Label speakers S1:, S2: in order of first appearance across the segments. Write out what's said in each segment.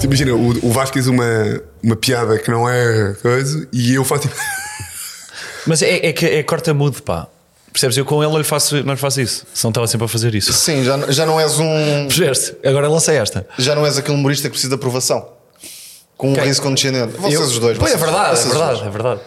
S1: Tipo, Imagina, o, o Vasco diz uma, uma piada que não é coisa e eu faço tipo.
S2: Mas é, é que é corta-mudo, pá. Percebes? Eu com ele não lhe faço, não lhe faço isso. Senão estava sempre a fazer isso.
S3: Sim, já, já não és um.
S2: Percebeste? Agora lança esta.
S3: Já não és aquele humorista que precisa de aprovação. Com um
S2: Quem?
S3: riso condescendente. Vocês
S2: Eu-
S3: os dois.
S2: Pois é
S3: vocês-
S2: verdade, é
S3: vocês os
S2: verdade,
S3: dois.
S2: é verdade.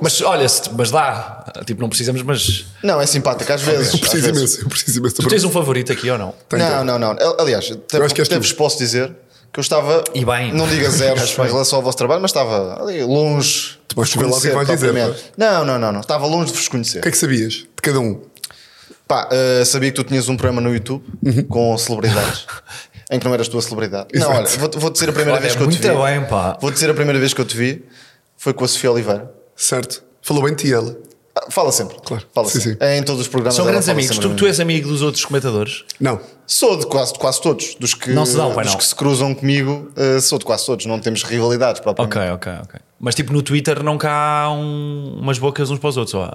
S2: Mas olha, se- mas dá. Tipo, não precisamos, mas.
S3: Não, é simpático, às vezes.
S1: Eu
S3: às
S1: preciso
S3: vezes.
S1: imenso, eu preciso imenso.
S2: Tu tens um favorito aqui ou não?
S3: Não, não, não. Al- Aliás, até,
S1: acho que és
S3: até
S1: tu.
S3: vos posso dizer que eu estava.
S2: E bem.
S3: Não diga zeros
S2: Acho bem.
S3: em relação ao vosso trabalho, mas estava ali longe. de
S1: vais
S3: vos
S1: saber lá o que é que
S3: conhecer
S1: vais dizer,
S3: propriamente. Não, não, não, não. Estava longe de vos conhecer.
S1: O que é que sabias de cada um?
S3: Pá, eh, sabia que tu tinhas um programa no YouTube
S2: Uhum.
S3: com celebridades. Em que não eras tua celebridade. Não, olha,
S1: Exato.
S3: vou- vou-te dizer a primeira
S2: Olha,
S3: vez que eu te vi.
S2: muito bem, pá.
S3: Vou-te dizer a primeira vez que eu te vi foi com a Sofia Oliveira.
S1: Certo? Falou bem de ti ela.
S3: Ah, Fala sempre.
S1: Claro.
S3: Fala
S1: Sim,
S3: sempre. É Em todos os programas.
S2: São
S3: ela
S2: grandes
S3: fala
S2: amigos.
S3: sempre
S2: Tu,
S3: de
S2: tu
S3: mim.
S2: és amigo dos outros comentadores?
S1: Não.
S3: Sou de quase, de quase todos. Dos que,
S2: Não se dão, pai,
S3: dos
S2: não.
S3: que se cruzam comigo, eh, sou de quase todos. Não temos rivalidades propriamente.
S2: Ok, ok, ok. Mas tipo, no Twitter não cá há um- umas bocas uns para os outros, ó.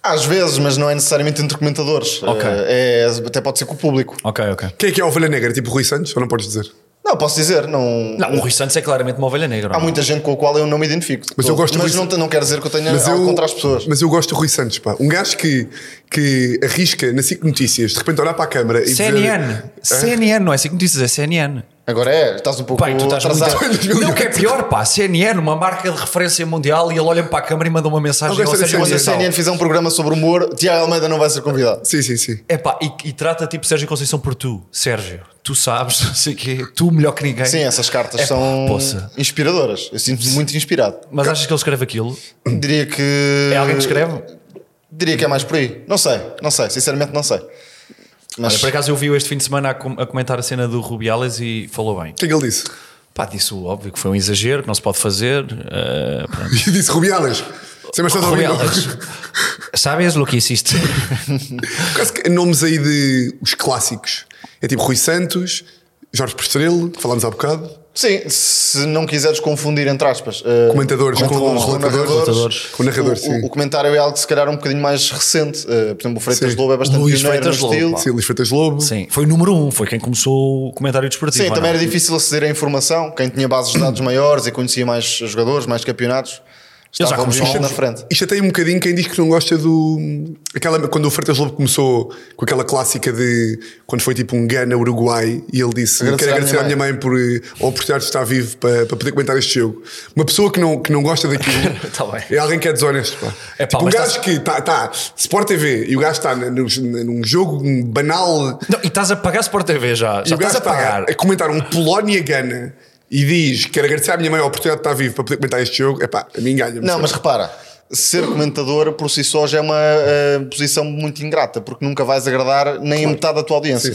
S3: Às vezes, mas não é necessariamente entre comentadores.
S2: Ok.
S3: Eh, é- até pode ser com o público.
S2: Ok, ok.
S1: Quem é que é a ovelha negra? Tipo Rui Santos? Ou não podes dizer?
S3: Não, posso dizer. Não,
S2: Não, o Rui Santos é claramente uma ovelha negra.
S3: Há
S2: não?
S3: muita gente com a qual eu não me identifico.
S1: Mas eu gosto
S3: Mas
S1: muito-
S3: não, te- não quer dizer que eu
S2: É,
S3: tenha algo contra as pessoas.
S1: Mas eu gosto do Rui Santos, pá. Um gajo que, que arrisca na 5 notícias, de repente olhar para a câmara e
S2: CNN.
S1: dizer...
S2: CNN, não é assim que notícias, é CNN.
S3: Agora é, estás um pouco
S2: Pai, tu estás
S3: atrasado.
S2: muito... Não, o que é pior, pá. CNN, uma marca de referência mundial, e ele olha-me para a câmara e manda uma mensagem
S1: Alguém
S2: ao
S1: sabe
S2: Sérgio
S1: dizer
S3: Se a
S1: Sim,
S2: Conceição.
S3: CNN fizer um programa sobre humor, Tiago Almeida não vai ser convidado.
S1: Sim, sim, sim.
S2: É pá, e, e trata tipo Sérgio Conceição por tu, Sérgio. Tu sabes, não sei o quê, tu melhor que ninguém.
S3: Sim, é. essas cartas
S2: Epá,
S3: são
S2: poça.
S3: inspiradoras. Eu sinto-me muito inspirado.
S2: Mas achas que ele escreve aquilo?
S3: Diria que.
S2: É alguém que escreve?
S3: Diria que é mais por aí. Não sei, não sei, sinceramente não sei. Mas
S2: Olha, por acaso eu vi este fim de semana a, com- a comentar a cena do Rubiales e falou bem.
S1: O que é que ele disse?
S2: Pá, disse o óbvio que foi um exagero, que não se pode fazer. eh, pronto.
S1: E disse Rubiales. Você me estás a ouvir?
S2: Rubiales, sabes o que existe?
S1: Quase que nomes aí de os clássicos. É tipo Rui Santos, Jorge Postrelo, que falámos há bocado,
S3: sim, se não quiseres confundir, entre aspas, eh,
S1: Comentadores com os relatadores.
S2: Relatadores.
S1: Com narradores,
S3: o, o-
S1: sim.
S3: o comentário é algo que se calhar é um bocadinho mais recente. Eh, por exemplo, o Freitas
S1: Sim.
S3: Lobo é bastante
S2: Luís
S3: pioneiro
S2: Freitas
S3: no
S2: Lobo,
S3: estilo.
S2: pá.
S1: Sim, Luís Freitas Lobo.
S2: Sim, foi o número um, foi quem começou o comentário desportivo.
S3: Sim,
S2: ou
S3: também
S2: não?
S3: era difícil aceder à informação. Quem tinha bases de dados maiores e conhecia mais jogadores, mais campeonatos,
S2: Ele já
S3: estava
S2: começou
S3: muito
S2: a-
S3: na frente.
S1: Isto até é um bocadinho quem diz que não gosta do. Aquela, quando o Freitas Lobo começou com aquela clássica de. Quando foi tipo um Gana Uruguai e ele disse:
S3: Agradecer
S1: Quero
S3: à
S1: agradecer à minha
S3: minha
S1: mãe, por eh, a oportunidade de estar vivo para, para poder comentar este jogo. Uma pessoa que não, que não gosta daquilo.
S2: Tá bem.
S1: É alguém que é desonesto. Pá.
S2: É pá,
S1: tipo, um
S2: mas
S1: gajo
S2: tá-
S1: que está. Tá, Sport TV e o gajo está n- nos- n- num jogo banal.
S2: Não, e estás a pagar Sport TV já.
S1: E
S2: Já
S1: o gajo
S2: estás a
S1: está
S2: pagar.
S1: a comentar um Polónia-Gana e diz: Quero agradecer à minha mãe a oportunidade de estar vivo para poder comentar este jogo. É pá, a mim ganha.
S3: Não, mas repara, ser comentador por si só já é uma eh, posição muito ingrata, porque nunca vais agradar nem a metade da tua audiência.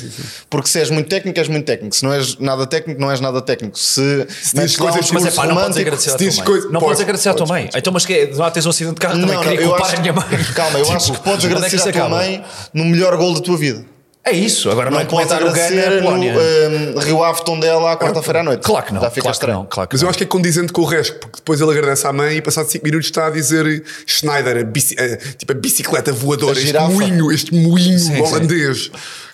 S3: Porque se és muito técnico, és muito técnico. Se não és nada técnico, não és nada técnico. Se, metes lá um
S1: coisas
S3: uns
S2: Mas é
S3: discursos
S2: pá, não podes
S3: românticos-
S2: agradecer à
S1: se
S2: tua
S1: diz
S2: mãe.
S1: coisa-
S2: não
S1: pode,
S2: podes agradecer à tua
S1: pode,
S2: mãe. Então, mas que não tens um acidente de carro também queria
S3: eu
S2: culpar
S3: acho-
S2: a minha mãe.
S3: Calma, eu
S2: Tipo,
S3: acho que podes
S2: onde é que
S3: agradecer
S2: isso
S3: à tua
S2: acaba?
S3: mãe no melhor gol da tua vida.
S2: É isso, agora não,
S3: Não,
S2: é
S3: podes
S2: comentar o Gana
S3: agradecer
S2: a
S3: no
S2: Polónia.
S3: ehm, Rio Ave Tondela à quarta-feira à noite.
S2: Claro que não.
S3: Já fica
S2: claro que
S3: estranho.
S2: não, claro que
S1: Mas
S2: não.
S1: eu acho que é condizente com o resto, porque depois ele agradece à mãe e passado 5 minutos está a dizer Schneider, a bici- a- tipo a bicicleta voadora,
S3: A
S1: este
S3: girafa.
S1: moinho, este moinho
S2: sim.
S1: holandês.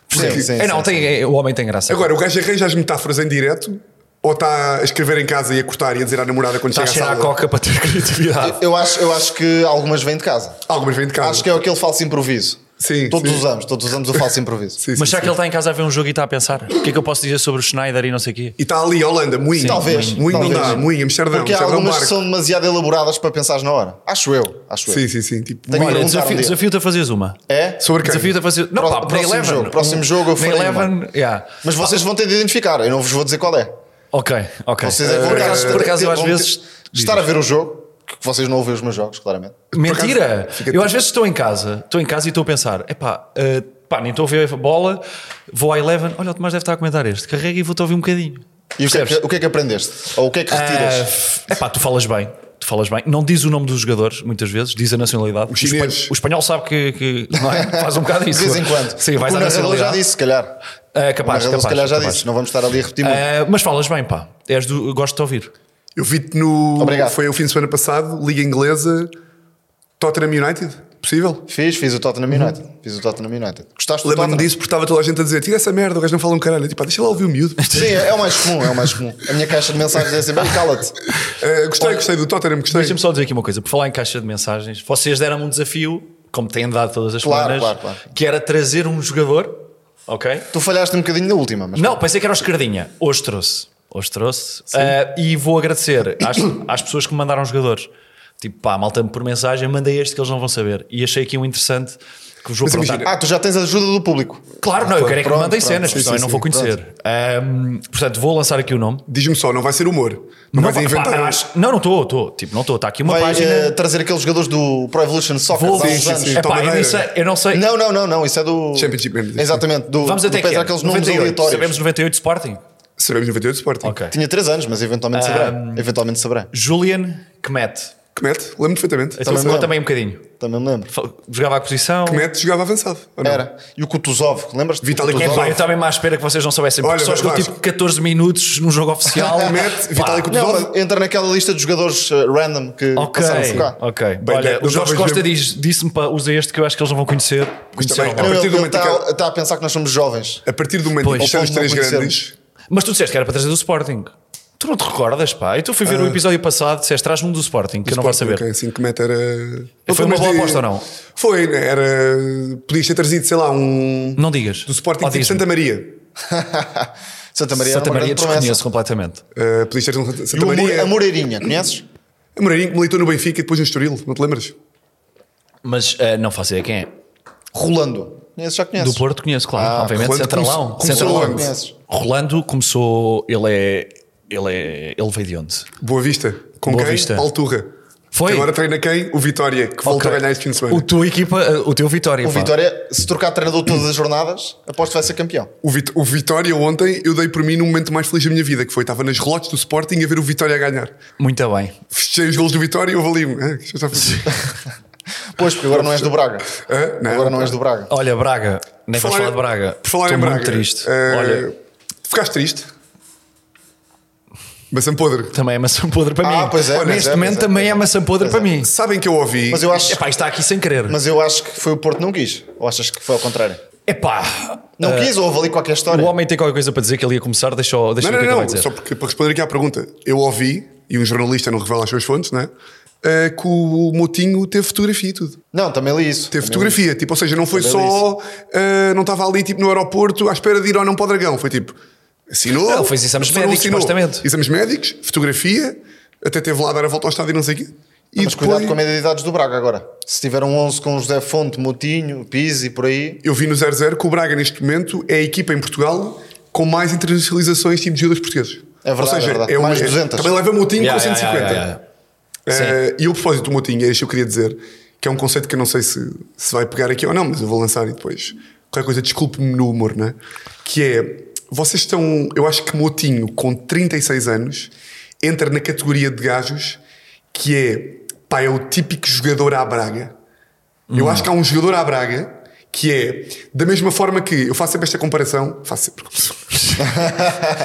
S1: Porque-
S3: sim.
S2: É, não, tem- é, o homem tem graça.
S1: Agora, o gajo arranja as metáforas em direto ou está a escrever em casa e a cortar e a dizer à namorada quando
S2: está a
S1: chega à
S2: cheirar a
S1: sala?
S2: coca para ter criatividade.
S3: Eu acho, eu acho que algumas vêm de casa.
S1: Algumas vêm de casa.
S3: Acho que é aquele falso improviso.
S1: Sim,
S3: Todos
S1: sim.
S3: usamos, todos usamos o falso improviso.
S1: Sim, sim,
S2: Mas
S1: sim.
S2: será que ele está em casa a ver um jogo e está a pensar? O que é que eu posso dizer sobre o Schneider e não sei o quê?
S1: E está ali, Holanda, moinho.
S3: Talvez.
S1: Moinho não
S3: talvez.
S1: dá, moinho, Amsterdão,
S3: Porque há
S1: Amsterdão é um
S3: algumas que
S1: barco.
S3: são demasiado elaboradas para pensares na hora. Acho eu. Acho eu.
S1: Sim, sim, sim. Tipo,
S3: Tenho-
S1: moinho.
S2: Olha,
S3: perguntar
S2: desafio-
S3: um dia.
S2: desafio-te a fazeres uma.
S3: É?
S1: Sobre quem?
S2: Desafio-te a fazer. Não,
S3: Pro-
S2: pá, para
S3: próximo
S2: 11.
S3: jogo, próximo jogo eu
S2: Na
S3: farei
S2: 11, yeah.
S3: Mas vocês vão ter de identificar. Eu não vos vou dizer qual é.
S2: Ok, ok.
S3: Vocês
S1: Eh,
S3: é que vão
S2: por
S3: ter-
S2: acaso, por acaso eu às
S3: vão ter-
S2: vezes.
S3: Estar a ver o jogo, que vocês não ouvem os meus jogos, claramente.
S2: Mentira!
S1: acaso, fica-
S3: tipo
S2: Eu às vezes estou em casa, estou em casa e estou a pensar: epá, eh, pá, nem estou a ver a bola, vou à 11, olha, o Tomás deve estar a comentar este, carrega e vou-te ouvir um bocadinho.
S3: E o que, é que,
S2: Percebes?
S3: o que é que aprendeste? Ou o que é que retiras?
S2: É pá, tu falas bem. Tu falas bem. Não diz o nome dos jogadores, muitas vezes, diz a nacionalidade. O,
S1: chinês.
S2: espan- o espanhol sabe que, que- não é? faz um bocado isso.
S3: de vez em quando.
S2: Sim, vais
S3: o
S2: à
S3: narrador já
S2: nacionalidade.
S3: disse, se calhar.
S2: É,
S3: O
S2: capaz,
S3: narrador,
S2: capaz,
S3: se calhar, já
S2: capaz.
S3: disse. Não vamos estar ali a repetir muito.
S2: Ah, mas falas bem, pá. És do, gosto de te ouvir.
S1: Eu vi-te no.
S3: Obrigado.
S1: Foi o fim de semana passado, Liga Inglesa, Tottenham United. Possível?
S3: Fiz, fiz o Tottenham
S2: Uhum.
S3: United. Fiz o Tottenham United. Gostaste do
S1: Lembro-me
S3: Tottenham?
S1: disso porque estava toda a gente a dizer: tira essa merda, o gajo não fala um caralho. Tipo, "Ah, deixa lá ouvir o miúdo.
S3: Sim, é o mais comum, é o mais comum. A minha caixa de mensagens é sempre, "Ei, cala-te.
S1: Eh, gostei, gostei do Tottenham, gostei.
S2: Deixa-me só dizer aqui uma coisa, por falar em caixa de mensagens, vocês deram um desafio, como têm dado todas as
S3: Claro,
S2: semanas,
S3: claro, claro.
S2: que era trazer um jogador, ok?
S3: Tu falhaste um bocadinho da última, mas
S2: Não, pensei que era o Escardinha. Hoje trouxe. Hoje trouxe. Ah, e vou agradecer às, às pessoas que me mandaram jogadores. Tipo, pá, malta-me por mensagem, mandei este que eles não vão saber. E achei aqui um interessante que vos vou
S1: Mas
S2: perguntar.
S1: imagina-
S3: Ah, tu já tens a ajuda do público.
S2: Claro, não, eu quero é que me
S3: Pronto,
S2: mandem
S3: pronto,
S2: cenas,
S3: sim,
S2: senão eu
S3: sim,
S2: não
S3: sim,
S2: vou conhecer. Ahm, portanto, vou lançar aqui o nome.
S1: Diz-me só, não vai ser humor. Não, vais
S2: vá-
S1: a inventar.
S2: pá,
S1: um-
S2: acho- não, não estou, estou. Tipo, não estou. Está aqui uma
S3: Vai
S2: página.
S3: eh, trazer aqueles jogadores do Pro Evolution Soccer
S2: vou,
S3: há uns
S1: sim,
S3: anos.
S1: sim.
S2: Epá,
S1: Toma
S2: eu,
S1: ideia.
S2: não sei, eu não É, sei.
S3: Não, não, não, não, isso é do.
S1: Championship mesmo.
S3: Exatamente, do.
S2: Vamos até
S3: do
S2: que
S1: é.
S2: é?
S3: peso
S2: ano?
S3: daqueles números
S2: 98.
S3: aleatórios.
S2: Sabemos 98 Sporting.
S1: Sabemos 98 Sporting.
S2: Ok.
S3: Tinha 3 anos, mas eventualmente saberá. Eventualmente saberá.
S2: Julian Kmet.
S1: Que mete, lembro-me perfeitamente.
S2: Então,
S3: me
S2: também,
S3: lembro.
S2: também um bocadinho.
S3: Também me lembro.
S2: Fa- Jogava à posição.
S1: Que mete, jogava avançado. ou não?
S3: Era. E o Kutuzov, lembras-te?
S1: Vitaly
S3: O
S2: É
S3: Kutuzov.
S2: pá, eu estava mesmo à espera que vocês não soubessem, porque
S1: Olha,
S2: só
S1: mas
S2: jogou
S1: Vasco.
S2: tipo 14 minutos num jogo oficial.
S1: Mete,
S2: Pá,
S1: Vitaly
S3: Não,
S1: Kutuzov.
S3: mas entra naquela lista de jogadores eh, random que
S2: Ok,
S3: passaram-se cá.
S2: ok.
S1: Bem,
S2: Olha,
S1: não
S2: o Jorge
S1: talvez
S2: Costa
S1: mesmo-
S2: diz, disse-me para usa este que eu acho que eles não vão conhecer. Conheceram
S1: bem. A
S2: mal.
S3: Não,
S1: partir do
S3: ele
S1: momento em
S3: está
S1: que ela-
S3: está a pensar que nós somos jovens.
S1: A partir do momento em
S2: Pois.
S1: que são os
S3: Ao ponto
S1: três
S3: de não
S1: grandes,
S2: Mas tu disseste que era para trazer do Sporting. Tu não te recordas, pá? E tu fui ver o episódio passado, disseste traz-me um do Sporting, que eu não vou
S1: Ah. Sporting,
S2: saber.
S1: ok, assim, que mete era.
S2: Foi uma boa
S1: Mas,
S2: aposta ou não?
S1: Foi, né, era. Podias ter trazido, sei lá, um.
S2: Não digas.
S1: Do Sporting
S2: Ou
S1: tipo
S2: diz-me.
S1: Santa Maria.
S3: Santa Maria
S2: Santa
S3: era uma
S2: Maria
S3: grande promessa.
S2: desconheço completamente.
S1: Uh, podias ter um Santa-
S3: E o
S1: Santa
S3: Amor-
S1: Maria.
S3: a Moreirinha, conheces?
S1: A Moreirinho que militou no Benfica e depois no Estoril, não te lembras?
S2: Mas eh, não faço ideia quem é.
S3: Rolando. Esse já conheces.
S2: Do Porto conheço, claro.
S3: Ah,
S2: Obviamente,
S1: Rolando
S2: Centralão.
S1: come- começou
S2: Centralão.
S1: onde?
S3: Conheces.
S2: Rolando começou. Ele é. Ele é. Ele veio de onde?
S1: Boa Vista. Com
S2: Boa
S1: quem?
S2: Vista.
S1: Alturra.
S2: Foi?
S1: Agora treina quem? O Vitória, que volta a ganhar este fim de semana.
S2: O teu equipa, eh, o teu Vitória.
S3: O
S2: pá.
S3: Vitória, se trocar de treinador todas as jornadas, aposto que vai ser campeão.
S1: O, Vit- o Vitória ontem eu dei por mim no momento mais feliz da minha vida, que foi estava nas relotes do Sporting a ver o Vitória a ganhar.
S2: Muito bem.
S1: Fechei os gols do Vitória e eu ali. Ah, que já está
S3: Pois, porque agora não és do Braga.
S1: Hã? Não.
S3: Agora não és do Braga.
S2: Olha, Braga. Nem vais falar de Braga.
S1: Por falar
S2: Estou
S1: em Braga.
S2: muito triste.
S1: eh,
S2: Olha,
S1: Ficaste triste? Maçã podre.
S2: também é maçã podre para
S3: Ah,
S2: mim.
S3: pois é,
S2: Olha,
S3: pois
S2: Neste
S3: é, pois
S2: momento
S3: é,
S2: também
S3: pois
S2: é maçã podre para mim.
S1: Sabem que eu ouvi.
S3: Mas eu acho,
S2: Epá, está aqui sem querer.
S3: mas eu acho que foi o Porto que não quis. Ou achas que foi ao contrário?
S2: Epá.
S3: Não
S2: eh,
S3: quis ou houve ali qualquer história?
S2: O homem tem qualquer coisa para dizer que ele ia começar, deixa, eu- deixa
S1: Não,
S2: eu ver
S1: não,
S2: o que é que ele vai
S1: não.
S2: dizer.
S1: Só porque, para responder aqui à pergunta, eu ouvi, e um jornalista não revela as suas fontes, né? eh, que o Motinho teve fotografia e tudo.
S3: Não, também li
S2: é
S3: isso.
S1: Teve
S3: Também li.
S1: fotografia. Tipo, ou seja, não foi
S3: Também
S1: só. eh, não estava ali tipo, no aeroporto à espera de ir ou não para o Dragão. Foi tipo. Assinou.
S2: Não, fez exames
S1: pessoa não
S2: médicos,
S1: assinou.
S2: supostamente.
S1: Exames médicos, fotografia, até teve lá a dar a volta ao estádio e não sei o quê. E
S3: Mas cuidado com a média de idades do Braga agora. Se tiver um 11 com José Fonte, Motinho, Pizzi, por aí.
S1: Eu vi no 00 que o Braga, neste momento, é a equipa em Portugal com mais internacionalizações tipo de jogadores portugueses.
S3: É verdade,
S1: Ou seja,
S3: é verdade.
S1: um-
S3: Mais 200.
S1: também leva Moutinho
S2: Yeah,
S1: com 150.
S2: yeah, yeah, yeah.
S1: Eh, e o propósito do Moutinho, é isto que eu queria dizer, que é um conceito que eu não sei se, se vai pegar aqui ou não, mas eu vou lançar e depois qualquer coisa, desculpe-me no humor, né? Que é, vocês estão, eu acho que Moutinho, com 36 anos, entra na categoria de gajos que é, pá, é o típico jogador à Braga. Eu acho que há um jogador à Braga que é, da mesma forma que, eu faço sempre esta comparação, faço sempre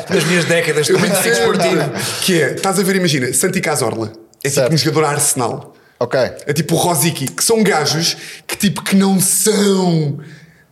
S2: Nas minhas décadas de
S1: eu vou
S2: comentário
S1: dizer,
S2: esportivo.
S1: que é, estás a ver, imagina, Santi Cazorla, é
S3: Certo.
S1: tipo um jogador à Arsenal.
S3: Ok.
S1: É tipo o Rosicky, que são gajos que tipo que não são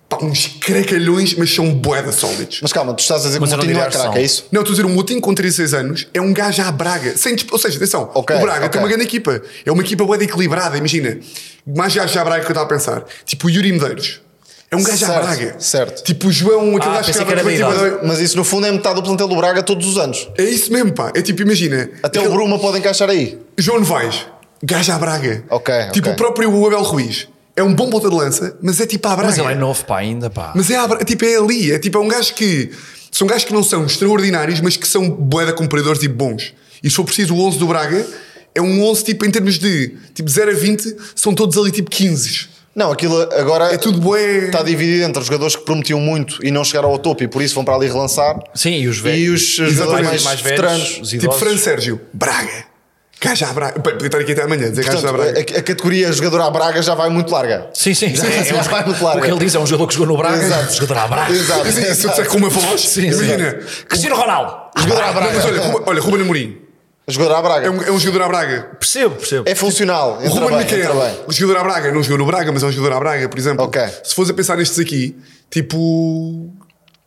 S1: pá, uns cracalhões, mas são boeda sólidos.
S3: Mas calma, tu estás a dizer que
S2: Mas
S3: o
S2: eu não
S3: Motinho não é
S2: diria
S3: craque,
S2: Arsenal.
S3: é isso?
S1: Não, estou a dizer, um o Moutinho com 36 anos é um gajo à Braga. Sem, dis- ou seja, atenção,
S3: Ok,
S1: o Braga
S3: ok.
S1: tem uma grande equipa. É uma equipa boeda equilibrada, imagina. Mais gajos à Braga que eu estava a pensar. Tipo o Yuri Medeiros. É um gajo à
S3: Certo,
S1: Braga.
S3: certo.
S1: Tipo o João, aquele
S2: Ah,
S1: gajo
S2: pensei
S1: ficava
S2: que era
S1: na
S2: da
S1: coletiva
S2: idade.
S1: da-
S3: Mas isso no fundo é metade do plantel do Braga todos os anos.
S1: É isso mesmo, pá. É tipo, imagina.
S3: Até o
S1: aquele-
S3: Bruma pode encaixar aí.
S1: João Novaes, gajo à Braga.
S3: Ok,
S1: Tipo
S3: ok.
S1: o próprio Abel Ruiz. É um bom ponta de lança, mas é tipo à Braga.
S2: Mas ele é novo, pá, ainda, pá.
S1: Mas é, à Bra- tipo, é ali, é tipo, é um gajo que. São gajos que não são extraordinários, mas que são boeda cumpridores e bons. E se for preciso, o 11 do Braga é um 11, tipo, em termos de tipo 0 a 20, são todos ali tipo 15.
S3: Não, aquilo agora
S1: É tudo bué.
S2: Tá
S3: está dividido entre os jogadores que prometiam muito e não chegaram ao topo e por isso vão para ali relançar.
S2: Sim, e os
S3: E
S2: velhos.
S3: os jogadores
S1: Exatamente.
S3: mais,
S2: Mais velhos,
S3: veteranos.
S2: os
S1: Tipo,
S2: idosos.
S1: Fran Sérgio, Braga. Gajo à Braga. Pá, Podia estar aqui até amanhã, dizer gajo à
S3: Portanto,
S1: é
S2: é,
S1: Braga.
S3: a, a categoria jogador à Braga já vai muito larga.
S2: Sim, sim.
S3: sim, sim,
S2: É,
S3: vai muito larga.
S2: O que ele diz é um jogador que jogou no Braga. um
S3: Exato.
S2: Jogador à Braga.
S3: Exato.
S1: Mas é isso, se eu disser com uma voz,
S2: Sim, Um sim.
S1: imagina.
S3: Ah,
S2: Cristiano Ronaldo.
S1: Não, mas olha, Ruben- olha, Ruben Amorim.
S3: Jogador à Braga.
S1: É um, é um jogador à Braga.
S2: Percebo, percebo.
S3: É funcional.
S1: O
S3: Entra
S1: Ruben
S3: bem, entra
S1: Miquel,
S3: bem.
S1: o jogador à Braga, não jogou no Braga, mas é um jogador à Braga, por exemplo.
S3: Ok.
S1: Se fores a pensar nestes aqui, tipo.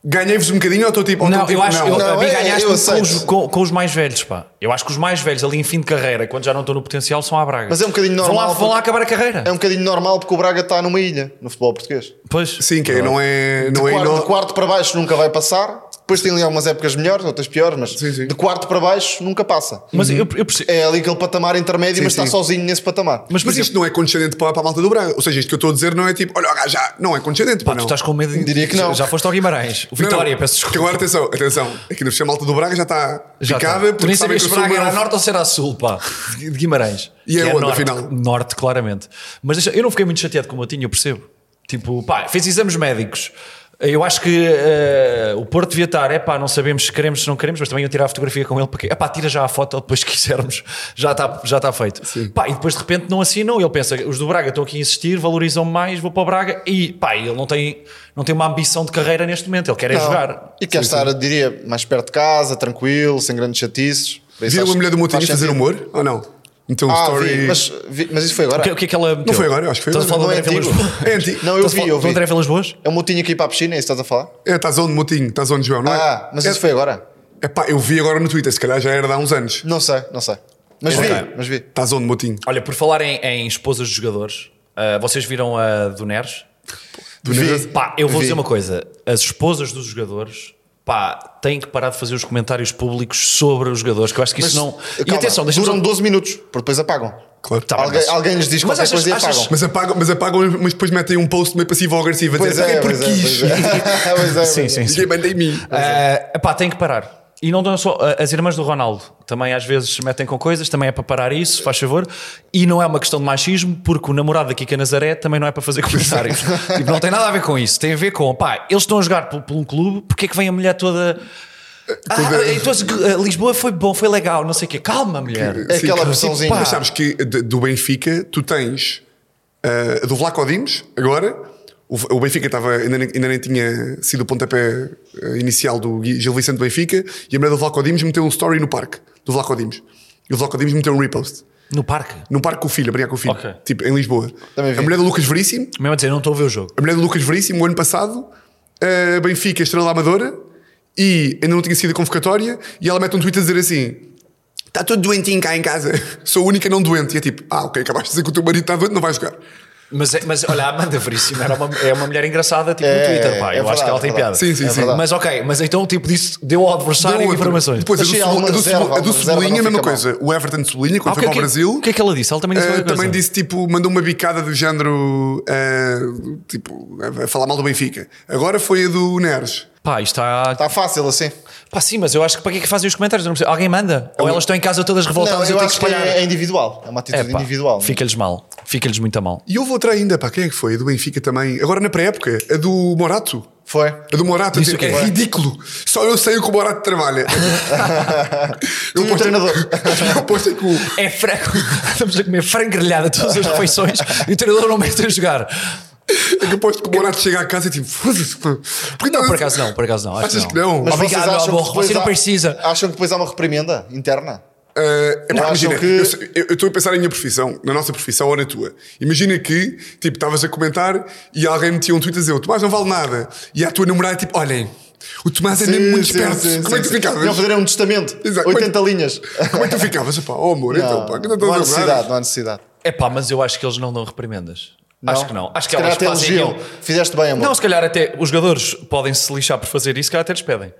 S1: Ganhei-vos um bocadinho ou estou tipo. ou
S2: Não,
S1: estou,
S2: eu
S1: tipo,
S2: acho eu,
S1: não.
S2: a mim
S3: é,
S2: ganhaste
S3: eu
S2: com
S3: aceito.
S2: os- com, com os mais velhos, pá. Eu acho que os mais velhos ali em fim de carreira, quando já não estão no potencial, são à Braga.
S3: Mas é um bocadinho
S2: Vão lá,
S3: normal,
S2: vão lá
S3: porque-
S2: acabar a carreira.
S3: É um bocadinho normal porque o Braga está numa ilha no futebol português.
S2: Pois.
S1: Sim, que é, não é. Não
S3: de,
S1: é
S3: quarto,
S1: não-
S3: de quarto para baixo nunca vai passar. Depois tem ali algumas épocas melhores, outras piores, mas
S1: Sim, sim.
S3: de quarto para baixo nunca passa.
S2: Mas eu, eu percebo.
S3: É ali aquele patamar intermédio, mas está
S1: sim.
S3: sozinho nesse patamar.
S1: Mas,
S2: por
S1: isto não é condescendente para, para a malta do Braga. Ou seja, isto que eu estou a dizer não é tipo, olha, o já não é condescendente.
S2: Pá,
S1: pá,
S2: tu
S1: não.
S2: estás com medo de.
S3: Diria que não.
S2: Já foste ao Guimarães. O
S1: Não, não.
S2: Vitória, peço
S1: Que
S2: desculpa.
S1: agora, atenção, atenção. Aqui na malta do Braga já está
S2: Já tá.
S1: picada.
S2: tu nem
S1: porque sabem
S2: sabias
S1: que
S2: se
S1: eu sou
S2: Braga era a
S1: uma-
S2: norte ou se era a sul, pá, de de Guimarães.
S1: E é
S2: Que
S1: onde,
S2: norte,
S1: afinal?
S2: Norte, claramente. Mas deixa- eu não fiquei muito chateado com o Moutinho, eu percebo. Tipo, pá, fez exames médicos. Eu acho que eh, o Porto devia estar, é pá, não sabemos se queremos, se não queremos, mas também eu tirar a fotografia com ele, porque, é pá, tira já a foto, depois que quisermos, já está já tá feito. Pá, e depois de repente não assinou, ele pensa, os do Braga estão aqui a insistir, valorizam mais, vou para o Braga, e pá, ele não tem, não tem uma ambição de carreira neste momento, ele quer é
S3: Não.
S2: jogar.
S3: E quer estar, diria, mais perto de casa, tranquilo, sem grandes chatices. Por isso
S1: Viram
S3: acho
S1: a mulher do
S3: que
S1: Moutinho
S3: faz
S1: fazer
S3: sentido.
S1: humor? Ou não? Então, um
S3: Ah,
S1: story.
S3: vi, mas, vi- mas isso foi agora.
S2: O que, o que é que ela meteu?
S1: foi agora, eu acho que foi
S2: Estás a
S1: agora.
S2: falar do
S3: Não é
S2: André Vilas
S3: antigo.
S2: Boas?
S1: É antigo.
S3: Não, eu vi, eu
S2: Do
S3: vi.
S2: André Vilas Boas?
S3: É o Moutinho aqui para a piscina, é isso que estás a falar?
S1: É, estás onde, Moutinho? Estás onde, João? Não é?
S3: Ah, mas
S1: é,
S3: isso foi agora?
S1: É pá, eu vi agora no Twitter, se calhar já era de há uns anos.
S3: Não sei, não sei. Mas
S2: Ok.
S3: vi, mas vi.
S1: Estás onde, Moutinho?
S2: Olha, por falar em, em esposas de jogadores, ah, vocês viram a do Neres?
S1: Do
S3: Vi.
S1: Neres?
S2: Pá, eu vou
S3: Vi.
S2: dizer uma coisa: as esposas dos jogadores. Pá, têm que parar de fazer os comentários públicos sobre os jogadores, que eu acho que isso não. e
S3: Calma,
S2: atenção, deixa-me
S3: duram
S2: só-
S3: 12 minutos, porque depois apagam.
S1: Claro.
S2: Tá bem,
S3: alguém, alguém lhes
S2: Mas
S3: diz qualquer
S2: achas-
S3: coisa e
S2: achas-
S3: apagam.
S1: Mas apagam, mas apagam, mas depois metem um post meio passivo ou agressivo a
S3: Pois
S1: dizer,
S3: é,
S1: "Apaguei
S3: pois é,
S1: porque
S3: pois é.
S1: quis.
S3: Pois é,
S2: Sim,
S3: pois é.
S2: sim, sim.
S1: Ninguém manda em mim.
S2: Ah, pá, têm que parar. E não dão só. ah, As irmãs do Ronaldo também às vezes se metem com coisas, também é para parar isso, faz favor. E não é uma questão de machismo, porque o namorado da Kika Nazaré também não é para fazer comentários. tipo, não tem nada a ver com isso. Tem a ver com, pá, eles estão a jogar por, por um clube, porque é que vem a mulher toda. Ah,
S1: Toda-
S2: então, ah, Lisboa foi bom, foi legal, não sei o quê. Calma, mulher. tipo,
S3: É
S1: Sim,
S3: aquela
S1: claro.
S3: pressãozinha.
S1: Mas sabes que de- do Benfica tu tens ah, do Vlaco Dimes agora. O o Benfica estava, ainda, nem- ainda nem tinha sido o pontapé ah, inicial do Gui- Gil Vicente do Benfica e a mulher do Vlaco Dimes meteu um story no parque do Vlaco Dimes. E o Vlaco Dimes meteu um repost.
S2: No parque.
S1: Num parque com o filho, a brigar com o filho.
S2: Ok.
S1: Tipo, em Lisboa.
S3: Também vi.
S1: A mulher do Lucas Veríssimo
S2: Mesmo a dizer, não estou a ver o jogo.
S1: a mulher do Lucas Veríssimo, o ano passado, a Benfica, estrela amadora, e ainda não tinha sido a convocatória, e ela mete um tweet a dizer assim: Está todo doentinho cá em casa, sou a única não doente. E é tipo: Ah, ok, acabaste de dizer que o teu marido está doente, não vai jogar.
S2: Mas, é- mas olha, a Amanda Veríssimo era uma, é uma mulher engraçada, tipo
S3: É,
S2: no Twitter, pá.
S3: é
S2: eu acho
S3: verdade,
S2: que ela tem
S3: é
S2: piada.
S1: Sim,
S3: verdade.
S1: sim,
S3: É
S1: sim.
S3: verdade.
S2: Mas ok, mas então, tipo, disse, deu ao
S1: Deu
S2: adversário
S1: outra.
S2: informações.
S1: Depois a do,
S3: Achei
S1: Cebolinha-
S3: alguma
S1: a do Cebo-
S3: reserva,
S1: a do
S3: alguma reserva,
S1: Cebolinha, a
S3: não
S1: mesma
S3: fica
S1: coisa. O Everton Cebolinha,
S2: Ah,
S1: quando
S2: o
S1: foi para
S2: que
S1: o
S2: é que-
S1: Brasil.
S2: O que é que ela disse? Ela também disse
S1: eh,
S2: qualquer
S1: também
S2: coisa.
S1: disse tipo, mandou uma bicada do género eh, tipo, a falar mal do Benfica. Agora foi a do Neres.
S2: Pá, isto está.
S3: Está fácil assim.
S2: Pá, sim, mas eu acho que para que é que fazem os comentários? Eu não percebo. Alguém manda? Ou elas estão em casa todas
S3: Não,
S2: revoltadas e eu
S3: eu
S2: tenho que
S3: acho que
S2: espalhar?
S3: é é individual. É uma atitude
S2: pá,
S3: individual. não é?
S2: Fica-lhes mal. Fica-lhes muito a mal.
S1: E houve outra ainda, pá, quem é que foi? A do Benfica também. Agora na pré-época, a do Morato.
S3: Foi.
S1: A do Morato
S2: Disse
S1: tipo,
S2: o quê?
S1: é ridículo. Só eu sei o que o Morato trabalha. eu
S3: E o treinador.
S1: Eu postei que o.
S2: É frango. Estamos a comer frango grelhado a todas as refeições e o treinador não mete a jogar.
S1: é que eu posto que o Morato chega à casa e tipo, foda-se. pá. Porque
S2: Não, por acaso não, por acaso não. Acho
S1: Achas
S2: que
S1: que não?
S2: Mas Obrigado,
S3: vocês acham
S2: amor,
S3: que depois
S2: você não
S3: há-
S2: precisa.
S3: Acham que depois há uma reprimenda interna?
S1: Ah, epá,
S3: Não,
S1: imagina,
S3: acham que-
S1: eu sei- eu eu estou a pensar na minha profissão, na nossa profissão ou na tua. Imagina que, tipo, estavas a comentar e alguém metia um tweet a dizer o Tomás não vale nada. E a tua namorada, tipo, olhem, o Tomás é mesmo muito esperto. Como é que tu ficavas?
S3: Não fazer um testamento.
S1: Exato.
S3: 80
S1: Como é-
S3: linhas.
S1: Como é que tu ficavas? Epá, oh amor, então,
S3: Não,
S1: pá, que não
S3: não há
S1: estás a namorar?
S3: necessidade, não há necessidade.
S2: É pá, mas eu acho que eles não dão reprimendas. Acho que não. Acho que
S3: Se calhar
S2: elas
S3: até
S2: fazem.
S3: elogiam.
S2: aquilo.
S3: Fizeste bem, amor.
S2: Não, se calhar até os jogadores podem se lixar por fazer isso, se calhar até lhes pedem.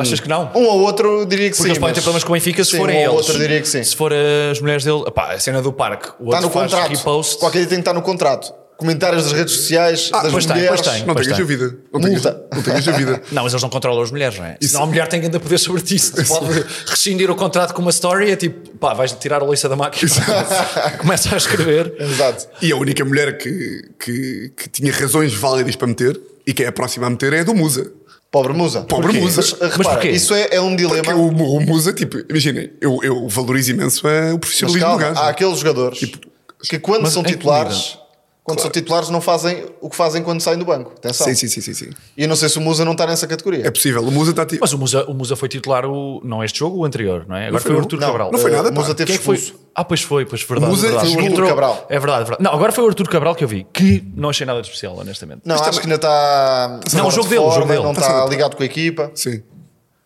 S2: Achas que não?
S3: Um ou outro eu diria que
S2: Porque
S3: sim.
S2: eles podem ter
S3: mas-
S2: problemas com o Benfica se
S3: sim,
S2: forem
S3: um
S2: eles.
S3: ou outro eu diria que sim.
S2: Se for as mulheres dele, pá, a cena do parque, o
S3: Está
S2: outro
S3: no
S2: faz
S3: contrato.
S2: repost.
S3: Qualquer dia tem que estar no contrato. Comentários das redes sociais, das
S2: Ah, pois tem, pois
S3: mulheres.
S2: tem.
S1: Ah, Não tenhas
S2: tem.
S1: dúvida. Não tenhas,
S3: Multa.
S1: não tenhas dúvida.
S2: Não, mas eles não controlam as mulheres, não é? Senão a mulher tem que ainda poder sobre ti. Se te pode rescindir o contrato com uma story, é tipo, pá, vais tirar a louça da máquina. Começa a escrever.
S3: Exato.
S1: E a única mulher que, que, que tinha razões válidas para meter e que é a próxima a meter é a do Musa.
S3: Pobre musa.
S1: Pobre
S3: Porquê?
S1: musa.
S3: Mas, uh,
S1: Mas
S3: repara,
S2: porquê?
S3: isso é, é um
S1: Porque
S3: dilema.
S1: o, o Musa, tipo, imaginem, eu, eu valorizo imenso é, o
S3: Mas
S1: profissionalismo do
S3: calma,
S1: gajo.
S3: há aqueles jogadores que quando
S2: Mas é
S3: são
S2: em que
S3: titulares quando são titulares não fazem o que fazem quando saem do banco. Atenção.
S1: Sim, sim, sim, sim, sim.
S3: E eu não sei se o Musa não está nessa categoria.
S1: É possível. O Musa está tipo.
S2: Mas o Musa, o Musa foi titular o, não este jogo, o anterior, não é? Agora
S1: foi
S2: foi o
S1: não.
S2: Artur
S1: Não,
S2: Cabral.
S1: não foi nada,
S3: eh, o Musa
S1: pá.
S3: teve
S2: Quem é que foi?
S3: expulso.
S2: Ah, pois foi, pois verdade.
S1: Musa
S2: verdade.
S1: foi o
S3: Arthur Cabral.
S2: É verdade, é verdade. Não, agora foi o Artur Cabral que eu vi, que não achei nada de especial, honestamente.
S3: Não,
S1: Mas
S3: acho
S1: também-
S3: que ainda está.
S2: é Não, o jogo dele, o jogo dele.
S3: Não
S1: Tá
S3: está
S1: certo.
S3: ligado com a equipa.
S1: Sim.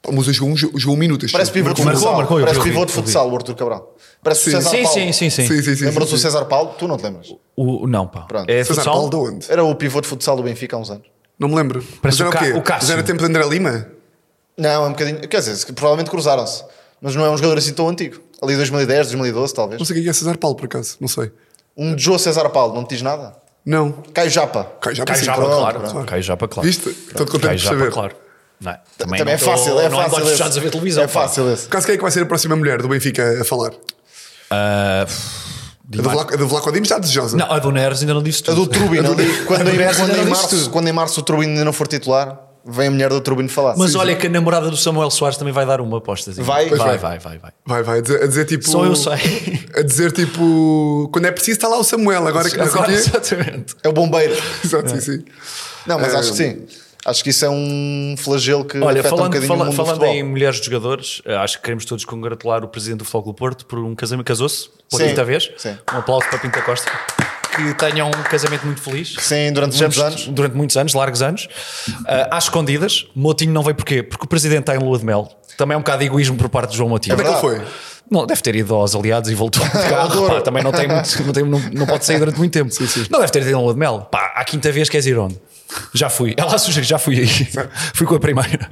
S1: Pá, O Musa jogou um, jo- jogou um minuto. este
S3: Parece
S1: jogo.
S3: pivô de
S2: Marcou,
S3: futsal.
S2: marcou, eu vi,
S3: Parece
S2: eu
S3: pivô
S2: vi,
S3: de
S2: eu vi.
S3: futsal, o Arthur Cabral. Parece o
S1: Sim.
S3: César
S2: Sim,
S3: Paulo.
S2: sim, sim, sim.
S1: Sim, sim, sim.
S3: Lembras-te
S1: sim,
S3: do
S1: sim.
S3: César Paulo? Tu não te lembras.
S2: O, não, pá.
S3: Pronto.
S2: É
S1: César
S2: futsal?
S1: Paulo de onde?
S3: Era o pivô de futsal do Benfica há uns anos.
S1: Não me lembro.
S2: Parece
S1: Mas era
S2: o Ca-
S1: quê?
S2: o Cássio.
S1: Mas era tempo de André Lima?
S3: Não, é um bocadinho. Quer dizer, se- provavelmente cruzaram-se. Mas não é um jogador assim tão antigo. Ali 2010, 2012,
S1: Não
S3: talvez.
S1: sei quem é César Paulo, por acaso. Não sei.
S3: Um João César Paulo, não te diz nada?
S1: Não.
S3: Caio Japa.
S1: Cai já para
S2: Cai
S1: cima.
S2: já para
S3: pronto,
S2: claro.
S1: pronto.
S2: Cai já para claro.
S1: Viste? Estou contente
S2: Cai
S1: de
S2: já para
S1: saber.
S2: claro. Não é?
S3: Também,
S2: não
S3: é
S2: estou-
S3: fácil, é
S2: Não
S3: fácil.
S2: ando aos fechados
S3: esse.
S2: a ver televisão.
S3: É
S2: pá.
S3: fácil esse.
S1: Caso quem é que vai ser a próxima mulher do Benfica a falar?
S2: Ah,
S1: A do Vlaco- a do Vlaco Dimos está desejosa.
S2: não, a do Neres ainda não disse
S3: A
S2: tudo.
S3: do Turbino, ali, quando,
S2: A do
S3: em,
S2: Neres
S3: quando,
S2: ainda
S3: em
S2: não disse
S3: março,
S2: tudo.
S3: quando em março o Turbino ainda não for titular, vem a mulher do Turbino falar.
S2: Mas
S3: Sim,
S2: olha que a namorada do Samuel Soares também vai dar uma aposta.
S3: Vai? Pois é.
S2: vai,
S1: vai.
S2: vai, vai, vai.
S1: Vai, vai. A dizer, a dizer tipo.
S2: Só eu sei.
S1: A dizer tipo. Quando é preciso está lá o Samuel. Agora
S3: é.
S1: que não sei o
S2: Agora,
S1: quê.
S2: exatamente.
S3: sim. É o bombeiro.
S1: Exato, sim, sim.
S3: Não, mas
S1: É.
S3: acho que sim. Acho que isso é um flagelo que
S2: Olha,
S3: afeta um
S2: falando,
S3: bocadinho
S2: fala-
S3: o mundo do
S2: falando
S3: futebol.
S2: em mulheres de jogadores, eh, acho que queremos todos congratular o presidente do Futebol Clube Porto por um casamento, casou-se pela
S3: Sim,
S2: quinta vez.
S3: sim.
S2: Um aplauso para Pinta Costa. Que tenham um casamento muito feliz.
S3: Sim, durante muitos
S2: Desejamos-
S3: anos.
S2: Durante muitos anos, largos anos. Ah, às escondidas. Motinho não veio porquê? Porque o presidente está em lua de mel. Também é um bocado de egoísmo por parte de João Motinho.
S1: Onde é que ele foi?
S2: Não, deve ter ido aos aliados e voltou de carro.
S3: Adoro.
S2: pá, também não, tem muito- não, tem- não- não pode sair durante muito tempo. Não deve ter ido em lua de mel. Pá, à quinta vez queres ir onde? Já fui. Ela sugeriu, já fui aí. fui com a primeira.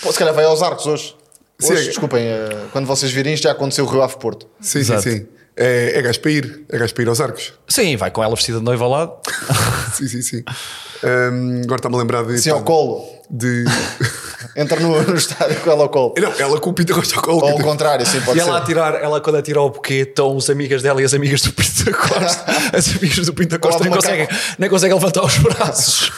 S3: Pô, se calhar vai aos arcos hoje.
S1: Sim,
S3: Hoje,
S1: é-
S3: desculpem, eh, quando vocês virem isto já aconteceu o Rio Ave Porto.
S1: Sim,
S2: Exato.
S1: sim, sim. É, é gajo para ir. É gajo para ir aos arcos.
S2: Sim, vai com ela vestida de noiva ao lado.
S1: Sim, sim, sim. Hum, agora está-me a lembrar de.
S3: Sim,
S1: pá,
S3: ao colo.
S1: de...
S3: Entra no, no estádio com ela ao colo.
S1: Não, ela com o Peter Rocha ao colo.
S3: Ou ao contrário, sim, pode
S2: e
S3: ser.
S2: ela a tirar, ela quando a tirar o buquê, estão as amigas dela e as amigas do Pinto da Costa. As amigas do Pinto da Costa
S3: Olá,
S2: nem
S3: macaco.
S2: conseguem, nem conseguem levantar os braços.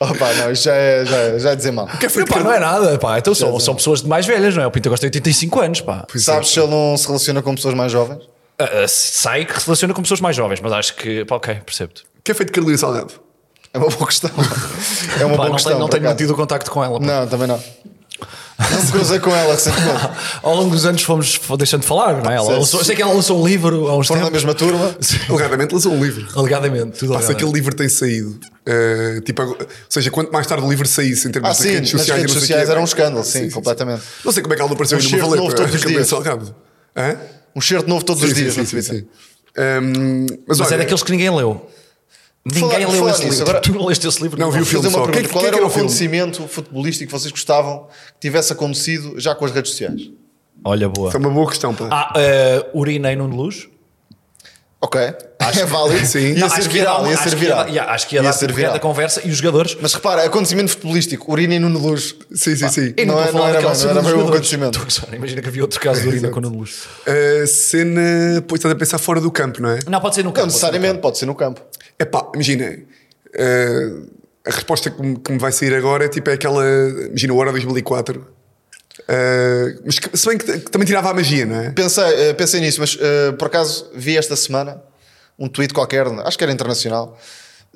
S3: Opa, não, isto já é, já é- já é dizer mal.
S1: Que foi
S2: Pá, não é nada, pá. Então são, são pessoas de mais velhas, não é? O Pinto da Costa tem 85 anos, pá.
S3: Sabes se ele não se relaciona com pessoas mais jovens?
S2: Ah, ah, sai que relaciona com pessoas mais jovens, mas acho que, pá, ok, percebo-te.
S1: Que é feito de Carolina Salgado?
S3: É uma boa questão. É uma
S2: Pá,
S3: boa
S2: não
S3: questão.
S2: tenho, não
S3: por
S2: tenho
S3: acaso.
S2: mantido o contacto com ela. pá.
S3: Não, também não. Não me cruzei com ela recentemente.
S2: Ao longo dos anos fomos f- deixando de falar, não é? Ela
S3: Sim,
S2: lançou-
S3: sim.
S2: sei que ela lançou um livro há uns
S3: Foram da
S2: tempos.
S3: mesma turma.
S1: Alegadamente lançou um livro.
S2: Alegadamente, tudo
S1: Pá, se
S2: alegadamente.
S1: aquele livro tem saído, eh, tipo, agora- ou seja, quanto mais tarde o livro saísse em termos
S3: Ah,
S1: de
S3: sim,
S1: redes
S3: nas
S1: sociais, e
S3: redes
S1: não sei o quê,
S3: sociais era um
S1: pá,
S3: escândalo, sim, completamente.
S1: Não sei como é que ela não apareceu
S3: Um
S1: em
S3: cheiro
S1: uma valeta,
S3: novo todos os
S1: Carolina
S3: dias.
S1: Salgado. Hã?
S3: Um cheiro novo todos os dias. no Twitter.
S1: Hum, mas,
S2: Mas
S1: olha,
S2: é daqueles que ninguém leu. Ninguém
S3: Falar-
S2: leu
S3: falar
S2: esse
S3: nisso,
S2: livro.
S3: agora-
S2: Tu não leste esse livro?
S1: Não vi o filme
S3: Fazer uma
S1: só.
S3: pergunta.
S1: Quem-
S3: Qual
S1: quem
S3: era
S1: era
S3: o
S1: o filme?
S3: acontecimento futebolístico que vocês gostavam que tivesse acontecido já com as redes sociais?
S2: Olha, boa.
S1: isso é uma boa questão, pá.
S2: Ah, eh, urinei num de luz.
S3: Ok. é válido.
S1: Sim.
S3: Ia
S1: Não,
S3: ser
S2: acho que ia
S3: viral,
S2: dar-
S3: ia
S2: acho
S3: ser
S2: que ia
S3: viral.
S2: dar- yeah, Acho que ia dar
S3: ser
S2: ser viral. da
S3: viral.
S2: conversa e os jogadores.
S3: Mas repara, acontecimento futebolístico, urina e Nuno Luz.
S1: Sim, sim, sim.
S2: E nem
S3: Não
S2: vou
S3: é-
S2: falar
S3: não era
S2: daquela
S3: bem,
S2: cena
S3: não
S2: dos
S3: era bem um
S2: jogadores.
S3: acontecimento.
S2: Estou a gozar, Imagina que havia outro caso de urina com Nuno Luz.
S1: Eh, cena, pois estás a pensar fora do campo, não é?
S2: Não, pode ser no
S3: Não
S2: campo. pode ser no
S3: necessariamente, pode ser no campo.
S1: É pá, imagina. eh, a resposta que me, que me vai sair agora é tipo é aquela. Imagina, o Hora 2004. Eh, mas que- se bem que, que também tirava a magia, não é?
S3: Pensei, eh, pensei nisso, mas eh, por acaso vi esta semana um tweet qualquer, acho que era internacional.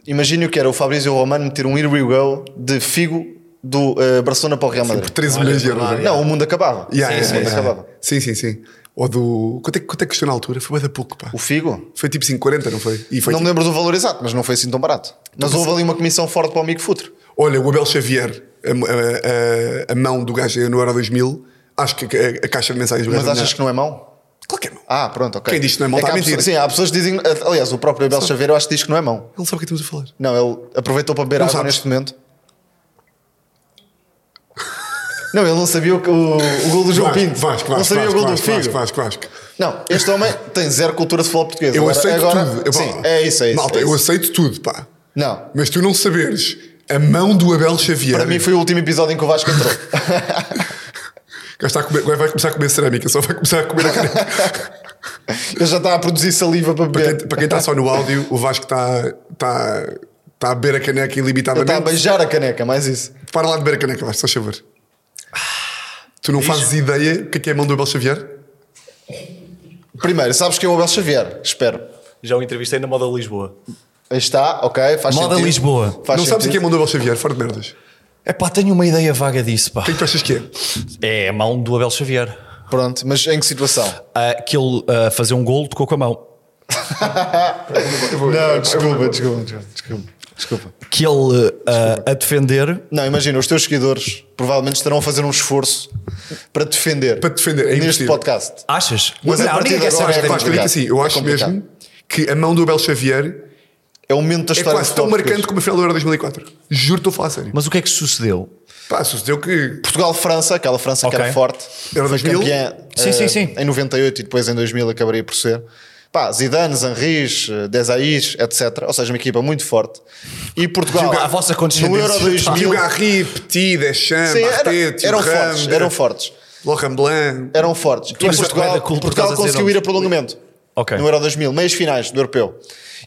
S3: Imagino que era o Fabrício Romano meter um Here We Go de Figo do eh, Barcelona para o Real Madrid.
S1: Por 13
S2: Olha,
S1: milhões de
S2: é
S1: euros.
S2: verdade,
S1: não é?
S3: Não, o mundo acabava.
S1: Yeah,
S3: sim, é
S1: yeah,
S3: o mundo
S1: yeah, yeah.
S3: acabava.
S1: Sim, sim, sim. Ou do. Quanto é, que- quanto é que custou na altura? Foi bem da pouco, pá.
S3: O Figo?
S1: Foi tipo 5,40, não foi? E foi
S3: não me
S1: tipo-
S3: lembro do valor exato, mas não foi assim tão barato. Mas houve ali uma comissão forte para o Amigo Futre.
S1: Olha, o Abel Xavier, a, a- a- a mão do gajo no Euro 2000, acho que a, a caixa de mensagens do
S3: Mas
S1: gajo.
S3: achas que não é mão?
S1: Claro que é mão.
S3: Ah, pronto, ok.
S1: Quem diz que não é mão
S3: que
S1: está
S3: há
S1: a mentir.
S3: pessoas- Sim, há pessoas que dizem. Aliás, o próprio Abel Xavier eu acho que diz que não é mão.
S1: Ele sabe o que estamos a falar.
S3: Não, ele aproveitou para beber
S1: Não
S3: água
S1: sabes.
S3: neste momento. Não, ele não sabia o, que- o, o gol do João
S1: Vasco,
S3: Pinto.
S1: Vasco,
S3: não
S1: Vasco,
S3: sabia o
S1: Vasco,
S3: gol do
S1: Vasco,
S3: Figo.
S1: Vasco, Vasco, Vasco.
S3: Não, este homem tem zero cultura de futebol português.
S1: Eu
S3: agora,
S1: aceito
S3: agora-
S1: tudo. Eu,
S3: sim,
S1: pá,
S3: é isso, é isso.
S1: Malta,
S3: é
S1: eu
S3: isso.
S1: aceito tudo, pá.
S3: Não,
S1: Mas tu não saberes a mão do Abel Xavier.
S3: para mim foi o último episódio em que o Vasco entrou.
S1: que está a comer- vai começar a comer cerâmica, só vai começar a comer a caneca.
S3: ele já está a produzir saliva para
S1: para,
S3: beber.
S1: quem, para quem está só no áudio, o Vasco está, está, está a beber a caneca
S3: Está a
S1: ilimitadamente.
S3: beijar a caneca, mais isso.
S1: Para lá de beber a caneca, Vasco, só favor.
S3: Ah,
S1: Tu não fazes ideia o que é, que é a mão do Abel Xavier?
S3: Primeiro, sabes quem é o Abel Xavier? Espero.
S2: Já o entrevistei na Moda Lisboa.
S3: Aí está, ok, faz
S2: Moda
S3: sentido.
S2: Lisboa.
S3: Faz
S1: não sabes o
S3: sentido.
S1: que é Manuel Xavier, fora de merdas.
S2: É pá, tenho uma ideia vaga disso, pá.
S1: O que é que tu achas que é?
S2: É a mão do Abel Xavier.
S3: Pronto, mas em que situação?
S2: Ah, que ele ah, fazer um golo tocou com a mão.
S3: Não, desculpa, desculpa, desculpa, desculpa, desculpa.
S2: Que ele ah, a defender.
S3: Não, imagina, os teus seguidores provavelmente estarão a fazer um esforço para te defender.
S1: Para te defender, é
S3: Neste
S1: impossível.
S3: podcast.
S2: Achas?
S3: Mas a
S2: não,
S3: partir
S2: ninguém
S3: de
S2: quer
S3: agora
S2: saber.
S3: é
S1: Pá, acredita
S3: complicado.
S1: assim, eu
S3: É
S1: acho
S3: complicado.
S1: mesmo que a mão do Abel Xavier
S3: É o momento da
S1: é
S3: história
S1: quase
S3: do
S1: tão
S3: futebol
S1: marcante como a final do Euro 2004. Juro, estou a falar a sério.
S2: Mas o que é que sucedeu?
S1: Pá, sucedeu que
S3: Portugal-França, aquela França
S2: Ok.
S3: que era forte,
S1: Euro
S3: foi
S1: 2000?
S3: campeã
S2: Sim,
S3: eh,
S2: sim, sim.
S3: em 98 e depois em 2000 acabaria por ser. Pá, Zidane, eh, Zanris, Desaís, etc. Ou seja, uma equipa muito forte. E Portugal,
S2: Gil Gar- a vossa
S3: no
S2: condescendência.
S3: Euro
S2: Gil
S1: Gil
S3: 2000,
S1: Garri, Petit, Deschamps,
S3: sim, era- um
S1: Arteta,
S3: eram fortes, eram fortes.
S1: Laurent Blanc.
S3: Eram fortes. E
S2: achas bué
S3: Portugal,
S2: da cool por
S3: Portugal
S2: causa de
S3: conseguiu
S2: dizer
S3: ir a prolongamento
S2: Ok.
S3: no Euro 2000, meias finais do europeu.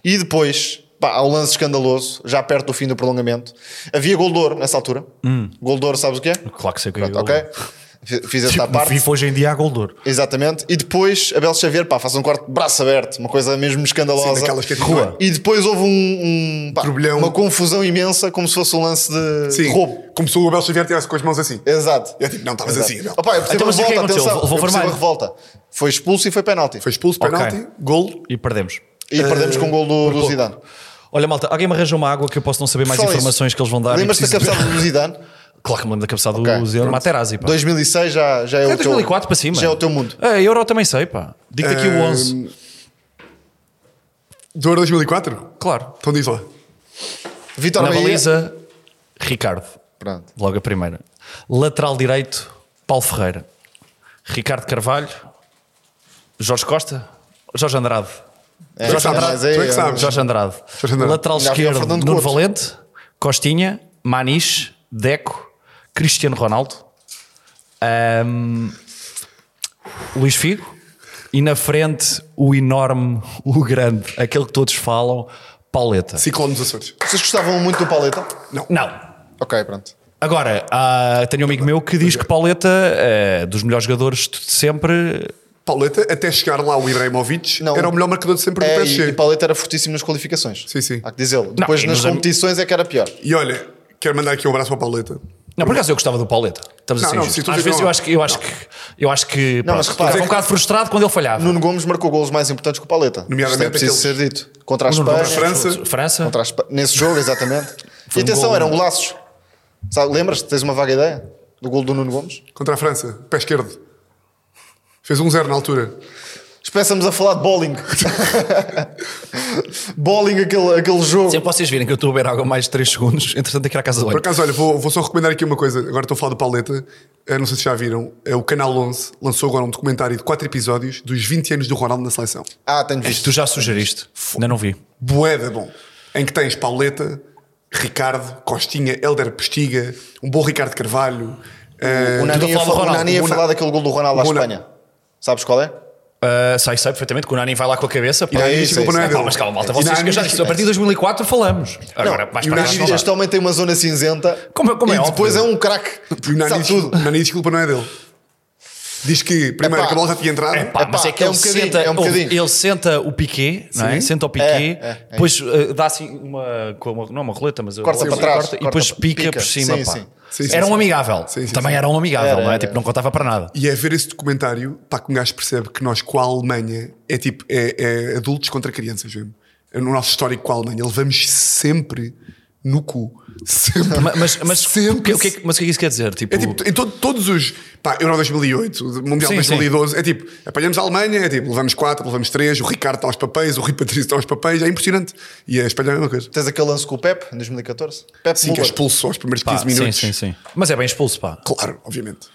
S3: E depois, pá, há um lance escandaloso, já perto do fim do prolongamento. Havia Goldor nessa altura.
S2: Hum.
S3: Goldor, sabes o que é?
S2: Claro que sei que é
S3: Pronto,
S2: golo.
S3: ok. Fiz- Fiz esta
S2: Tipo, no
S3: parte.
S2: FIFA hoje em dia há Goldor.
S3: Exatamente. E depois Abel Xavier, pá, faz um quarto de braço aberto, uma coisa mesmo escandalosa.
S1: Sim, daquelas que é tipo-
S3: Rua. E depois houve um, um, pá,
S1: Turbilhão.
S3: uma confusão imensa, como se fosse um lance de
S1: Sim.
S3: roubo.
S1: Começou o Abel Xavier tivesse com as mãos assim.
S3: Exato.
S1: Eu tipo, não, estavas
S3: Exato.
S1: assim, Abel.
S3: Opa, eu percebo
S2: Então,
S3: a
S2: mas o que é que
S3: revolta,
S2: aconteceu?
S3: atenção.
S2: Levou
S3: Eu percebo a
S2: vermelho?
S3: revolta. Foi expulso e foi penalti.
S1: Foi expulso,
S2: Ok.
S1: penalti, golo.
S2: E perdemos.
S3: E perdemos com o gol do, do Zidane.
S2: Olha, malta, alguém me arranja uma água que eu posso não saber mais
S3: Só isso.
S2: informações que eles vão dar. e
S3: Lembras-te da
S2: preciso
S3: cabeçada do Zidane?
S2: de- Claro que me lembro da cabeçada do
S3: Ok,
S2: Zé
S3: pronto.
S2: Materazzi, pá.
S3: 2006 já, já é,
S2: É
S3: o teu
S2: 2004 para cima.
S3: Já é o teu mundo. Ehm,
S2: É, Euro também sei, pá. Digo-te aqui o
S1: Ahm,
S2: 11.
S1: Do Euro 2004?
S2: Claro.
S1: Então diz lá.
S3: Vitor
S2: Na
S3: Bahia.
S2: baliza, Ricardo.
S3: Pronto.
S2: Logo a primeira. Lateral direito, Paulo Ferreira. Ricardo Carvalho. Jorge Costa. Jorge Andrade.
S3: É,
S1: Jorge
S3: mas
S1: Andrade,
S3: é-
S1: tu é que sabes.
S2: Jorge Andrade.
S1: Jorge Andrade.
S2: Lateral
S3: Já havia o
S2: esquerdo,
S3: Fernando
S2: Nuno
S3: Couto.
S2: Valente. Costinha. Maniche. Deco. Cristiano Ronaldo. ahm, Luís Figo. E na frente, o enorme, o grande, aquele que todos falam, Pauleta.
S1: Ciclone dos Açores.
S3: Vocês gostavam muito do Paleta?
S2: Não,
S3: Ok, pronto.
S2: Agora, há- tenho um amigo meu que diz que Pauleta é dos melhores jogadores de sempre.
S1: Pauleta, até chegar lá o Ibrahimovic,
S3: Não.
S1: era o melhor marcador de sempre do
S3: É, e, e
S1: PSG.
S3: Paleta era fortíssimo nas qualificações.
S1: Sim, sim.
S3: Há que dizê-lo. Depois
S2: e
S3: nas
S2: nos am-
S3: competições é que era pior.
S1: E olha, quero mandar aqui um abraço para a Pauleta.
S2: Não, por acaso eu gostava do Pauleta. Estamos
S1: Não,
S2: assim.
S1: não,
S2: justos.
S1: sim, estou a
S2: Às
S1: dizer
S2: vezes
S1: que
S2: eu
S1: não.
S2: acho que eu acho que eu acho que pronto,
S3: mas repara,
S2: ficava um
S3: é-
S2: bocado frustrado quando ele falhava.
S3: Nuno Gomes marcou golos mais importantes que o Paleta.
S1: Nomeadamente
S3: Isto é preciso
S1: aqueles-
S3: ser dito. Contra a
S2: Nuno
S3: Espanha.
S1: Gomes França. tá.
S2: França.
S3: Contra a Espa- Nesse jogo, exatamente. e
S2: Tá. um
S3: atenção,
S2: golo.
S3: eram golaços. Sabe, Lembras-te? Tens uma vaga ideia do gol do Nuno Gomes?
S1: Contra a França, pé esquerdo. Fez 1-0 na altura.
S3: Começamos a falar de bowling. bowling, aquele, aquele jogo.
S2: Sempre vocês virem que eu estou a beber água mais de 3 segundos, entretanto tem que ir à casa do
S1: Por
S2: banho.
S1: acaso, olha, vou, vou só recomendar aqui uma coisa. Agora estou a falar do Pauleta. Eh, não sei se já viram. Eh, o Canal 11 lançou agora um documentário de 4 episódios dos 20 anos do Ronaldo na seleção.
S3: Ah, tenho visto.
S2: Tu já sugeriste? Ainda não vi.
S1: Boeda bom. Em que tens Pauleta, Ricardo, Costinha, Helder Pestiga, um bom Ricardo Carvalho. eh,
S3: O Nani ia
S2: Estou a falar do
S3: falar, o
S2: Ronaldo.
S3: Nani ia
S1: O Na-
S3: falar daquele gol do Ronaldo à
S1: o Na-
S3: Espanha. Sabes qual é?
S2: Ah, sei, sei perfeitamente que o Nani vai lá com a cabeça. Pá.
S1: Nani,
S2: É
S1: desculpa, não é
S2: pá,
S1: dele.
S2: mas calma, malta,
S1: E
S2: vocês
S1: Nani-
S2: que eu já disse, a partir de 2004 falamos. Agora,
S3: Não,
S2: mais
S1: e o Nani
S2: para trás.
S1: diz
S2: não dá.
S3: Este homem tem uma zona cinzenta.
S2: Como- como é
S3: e
S2: óbvio.
S3: depois é um craque.
S1: E o Nani,
S3: Sabe
S1: diz,
S3: tudo.
S1: o Nani diz que a culpa não é dele. Diz que, primeiro,
S3: Epá.
S1: que a bola já tinha entrado.
S2: Pá,
S3: Epá,
S2: mas é que
S3: é
S2: ele,
S3: um bocadinho,
S2: senta,
S3: é um
S2: ouve,
S3: bocadinho.
S2: ele senta o Piqué, não é? Senta o Piqué,
S3: É, é, é.
S2: depois eh, dá assim uma, com uma- Não é uma roleta, mas.
S3: Corta
S2: ela
S3: para trás,
S2: assim, e
S3: corta
S2: depois
S3: para-
S2: pica,
S3: pica.
S2: por cima.
S3: Sim,
S2: pá.
S3: sim.
S1: Sim, sim,
S2: era um
S1: sim.
S2: amigável.
S1: Sim, sim,
S2: Também
S1: sim.
S2: era um amigável,
S3: Era,
S2: não é?
S3: era.
S2: Tipo, não contava para nada.
S1: E é ver esse documentário, pá, que um gajo percebe que nós, com a Alemanha, é tipo, é, é adultos contra crianças, mesmo. É no nosso histórico com a Alemanha, levamos sempre no cu. Sempre.
S2: Ma- Mas, mas, o que,
S1: sempre.
S2: o que é que- mas o que é que isso quer dizer? Tipo,
S1: É tipo, em todo- todos os. Pá, Euro 2008, Mundial
S2: Sim,
S1: 2012, é tipo, apanhamos a Alemanha, é tipo, levamos 4, levamos 3, o Ricardo está aos papéis, o Rui Patrício está aos papéis, é impressionante. E a Espanha é a mesma coisa.
S3: Tens aquele lance com o Pepe em 2014. Pepe
S1: Sim, que é
S3: Müller.
S1: expulso aos primeiros
S2: pá,
S1: 15
S2: sim,
S1: minutos.
S2: sim, sim. Mas é bem expulso, pá.
S1: Claro, obviamente.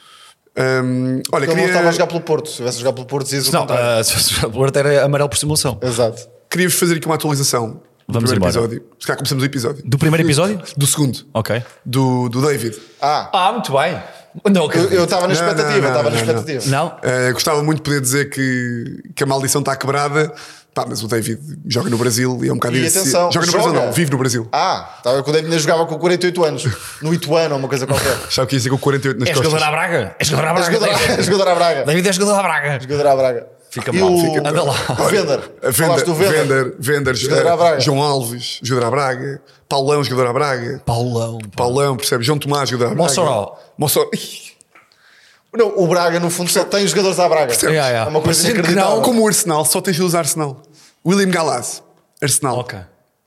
S1: Hum, olha,
S3: Ele
S1: queria,
S3: não estava a Então jogar pelo Porto. Se tivesse a jogar pelo Porto, dizias o
S2: Não,
S3: contrário.
S2: ah, se fosse o Porto era amarelo por simulação.
S3: Exato.
S1: queria-vos fazer aqui uma atualização do
S2: Vamos
S1: primeiro
S2: embora.
S1: episódio. Se calhar começamos o episódio.
S2: Do primeiro episódio?
S1: Do segundo.
S2: Ok.
S1: Do, do David.
S3: Ah,
S2: Ah, muito bem. Não,
S3: eu- eu
S2: acredito.
S3: estava na
S1: Não,
S3: expectativa.
S1: não,
S3: Estava na
S1: não, não.
S3: expectativa.
S2: Não?
S1: Eh, gostava muito de poder dizer que, que a maldição está quebrada. Pá, mas o David joga no Brasil e é um bocado
S3: E
S1: esse-
S3: atenção,
S1: Joga no Brasil, não, vive no Brasil.
S3: Ah, estava quando ainda jogava com 48 anos. No Ituano ou uma coisa qualquer.
S1: Sabe o que ia dizer com 48 nas
S2: É
S1: costas?
S2: jogador à Braga? É jogador à
S3: A
S2: Braga.
S3: jogadora, a jogadora à Braga.
S2: David é jogador à Braga.
S3: A jogadora à Braga.
S2: Fica
S3: E
S2: mal.
S3: o-
S2: Fica... Anda lá.
S3: O Vender. Falaste do Vender.
S1: Vender, Vender,
S3: Jogador
S1: eh,
S3: à Braga.
S1: João Alves, jogador à Braga, Paulão, jogador à Braga,
S2: Paulão. pá.
S1: Paulão, percebes? João Tomás, jogador à Braga,
S2: Mossoró.
S1: Mossoró.
S3: Não, o Braga, no fundo, só tem jogadores à Braga.
S2: Yeah, yeah.
S3: É uma coisa
S2: Sendo que
S3: inacreditável.
S2: não,
S1: Como o Arsenal, só tens de usar Arsenal. William Galaz, Arsenal.
S2: Ok.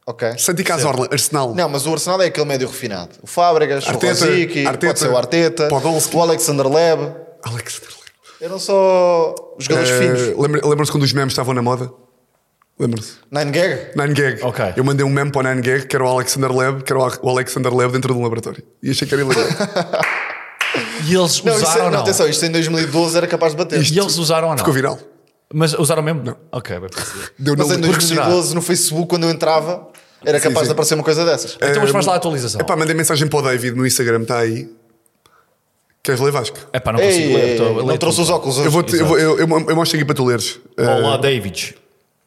S3: Ok.
S1: Santi Cazorla, Arsenal.
S3: Não, mas o Arsenal é aquele médio refinado. O Fábregas,
S1: Arteta,
S3: o Rosicky,
S1: Arteta,
S3: pode ser o Arteta,
S1: Podolski.
S3: o Alexander Leb.
S1: Alex Sterling.
S3: Eram só jogadores
S1: Eh,
S3: finos.
S1: lembra- Lembram-se quando os memes estavam na moda? Lembram-se?
S3: Nine Gag.
S1: Nine Gag.
S2: Ok.
S1: Eu mandei um meme para o Nine Gag que era o Alexander Leb, que era o Al- o Alexander Leb dentro de um laboratório. E achei que era ilegal.
S2: E eles
S3: Não, isso,
S2: usaram ou
S3: é- não,
S2: não? é
S3: atenção, isto em 2012 era capaz de bater.
S2: E eles usaram ou não?
S1: Ficou viral.
S2: Mas usaram mesmo? Não. Ok, bem parecido.
S1: Deu
S3: Tá. Mas em
S1: nome.
S2: porque será?
S3: 2012, no Facebook, quando eu entrava, era capaz
S1: sim.
S3: de aparecer uma coisa dessas.
S2: Então, mas faz lá a atualização.
S1: Epá, mandei mensagem para o David no Instagram, está aí. Queres ler Vasco?
S2: É pá, não
S3: Ei,
S2: consigo ler. estou a ler
S3: não
S2: tudo.
S3: trouxe os óculos hoje.
S1: Eu, vou te- eu, vou- eu, eu, eu mostro aqui para tu leres. eh,
S2: Olá, David.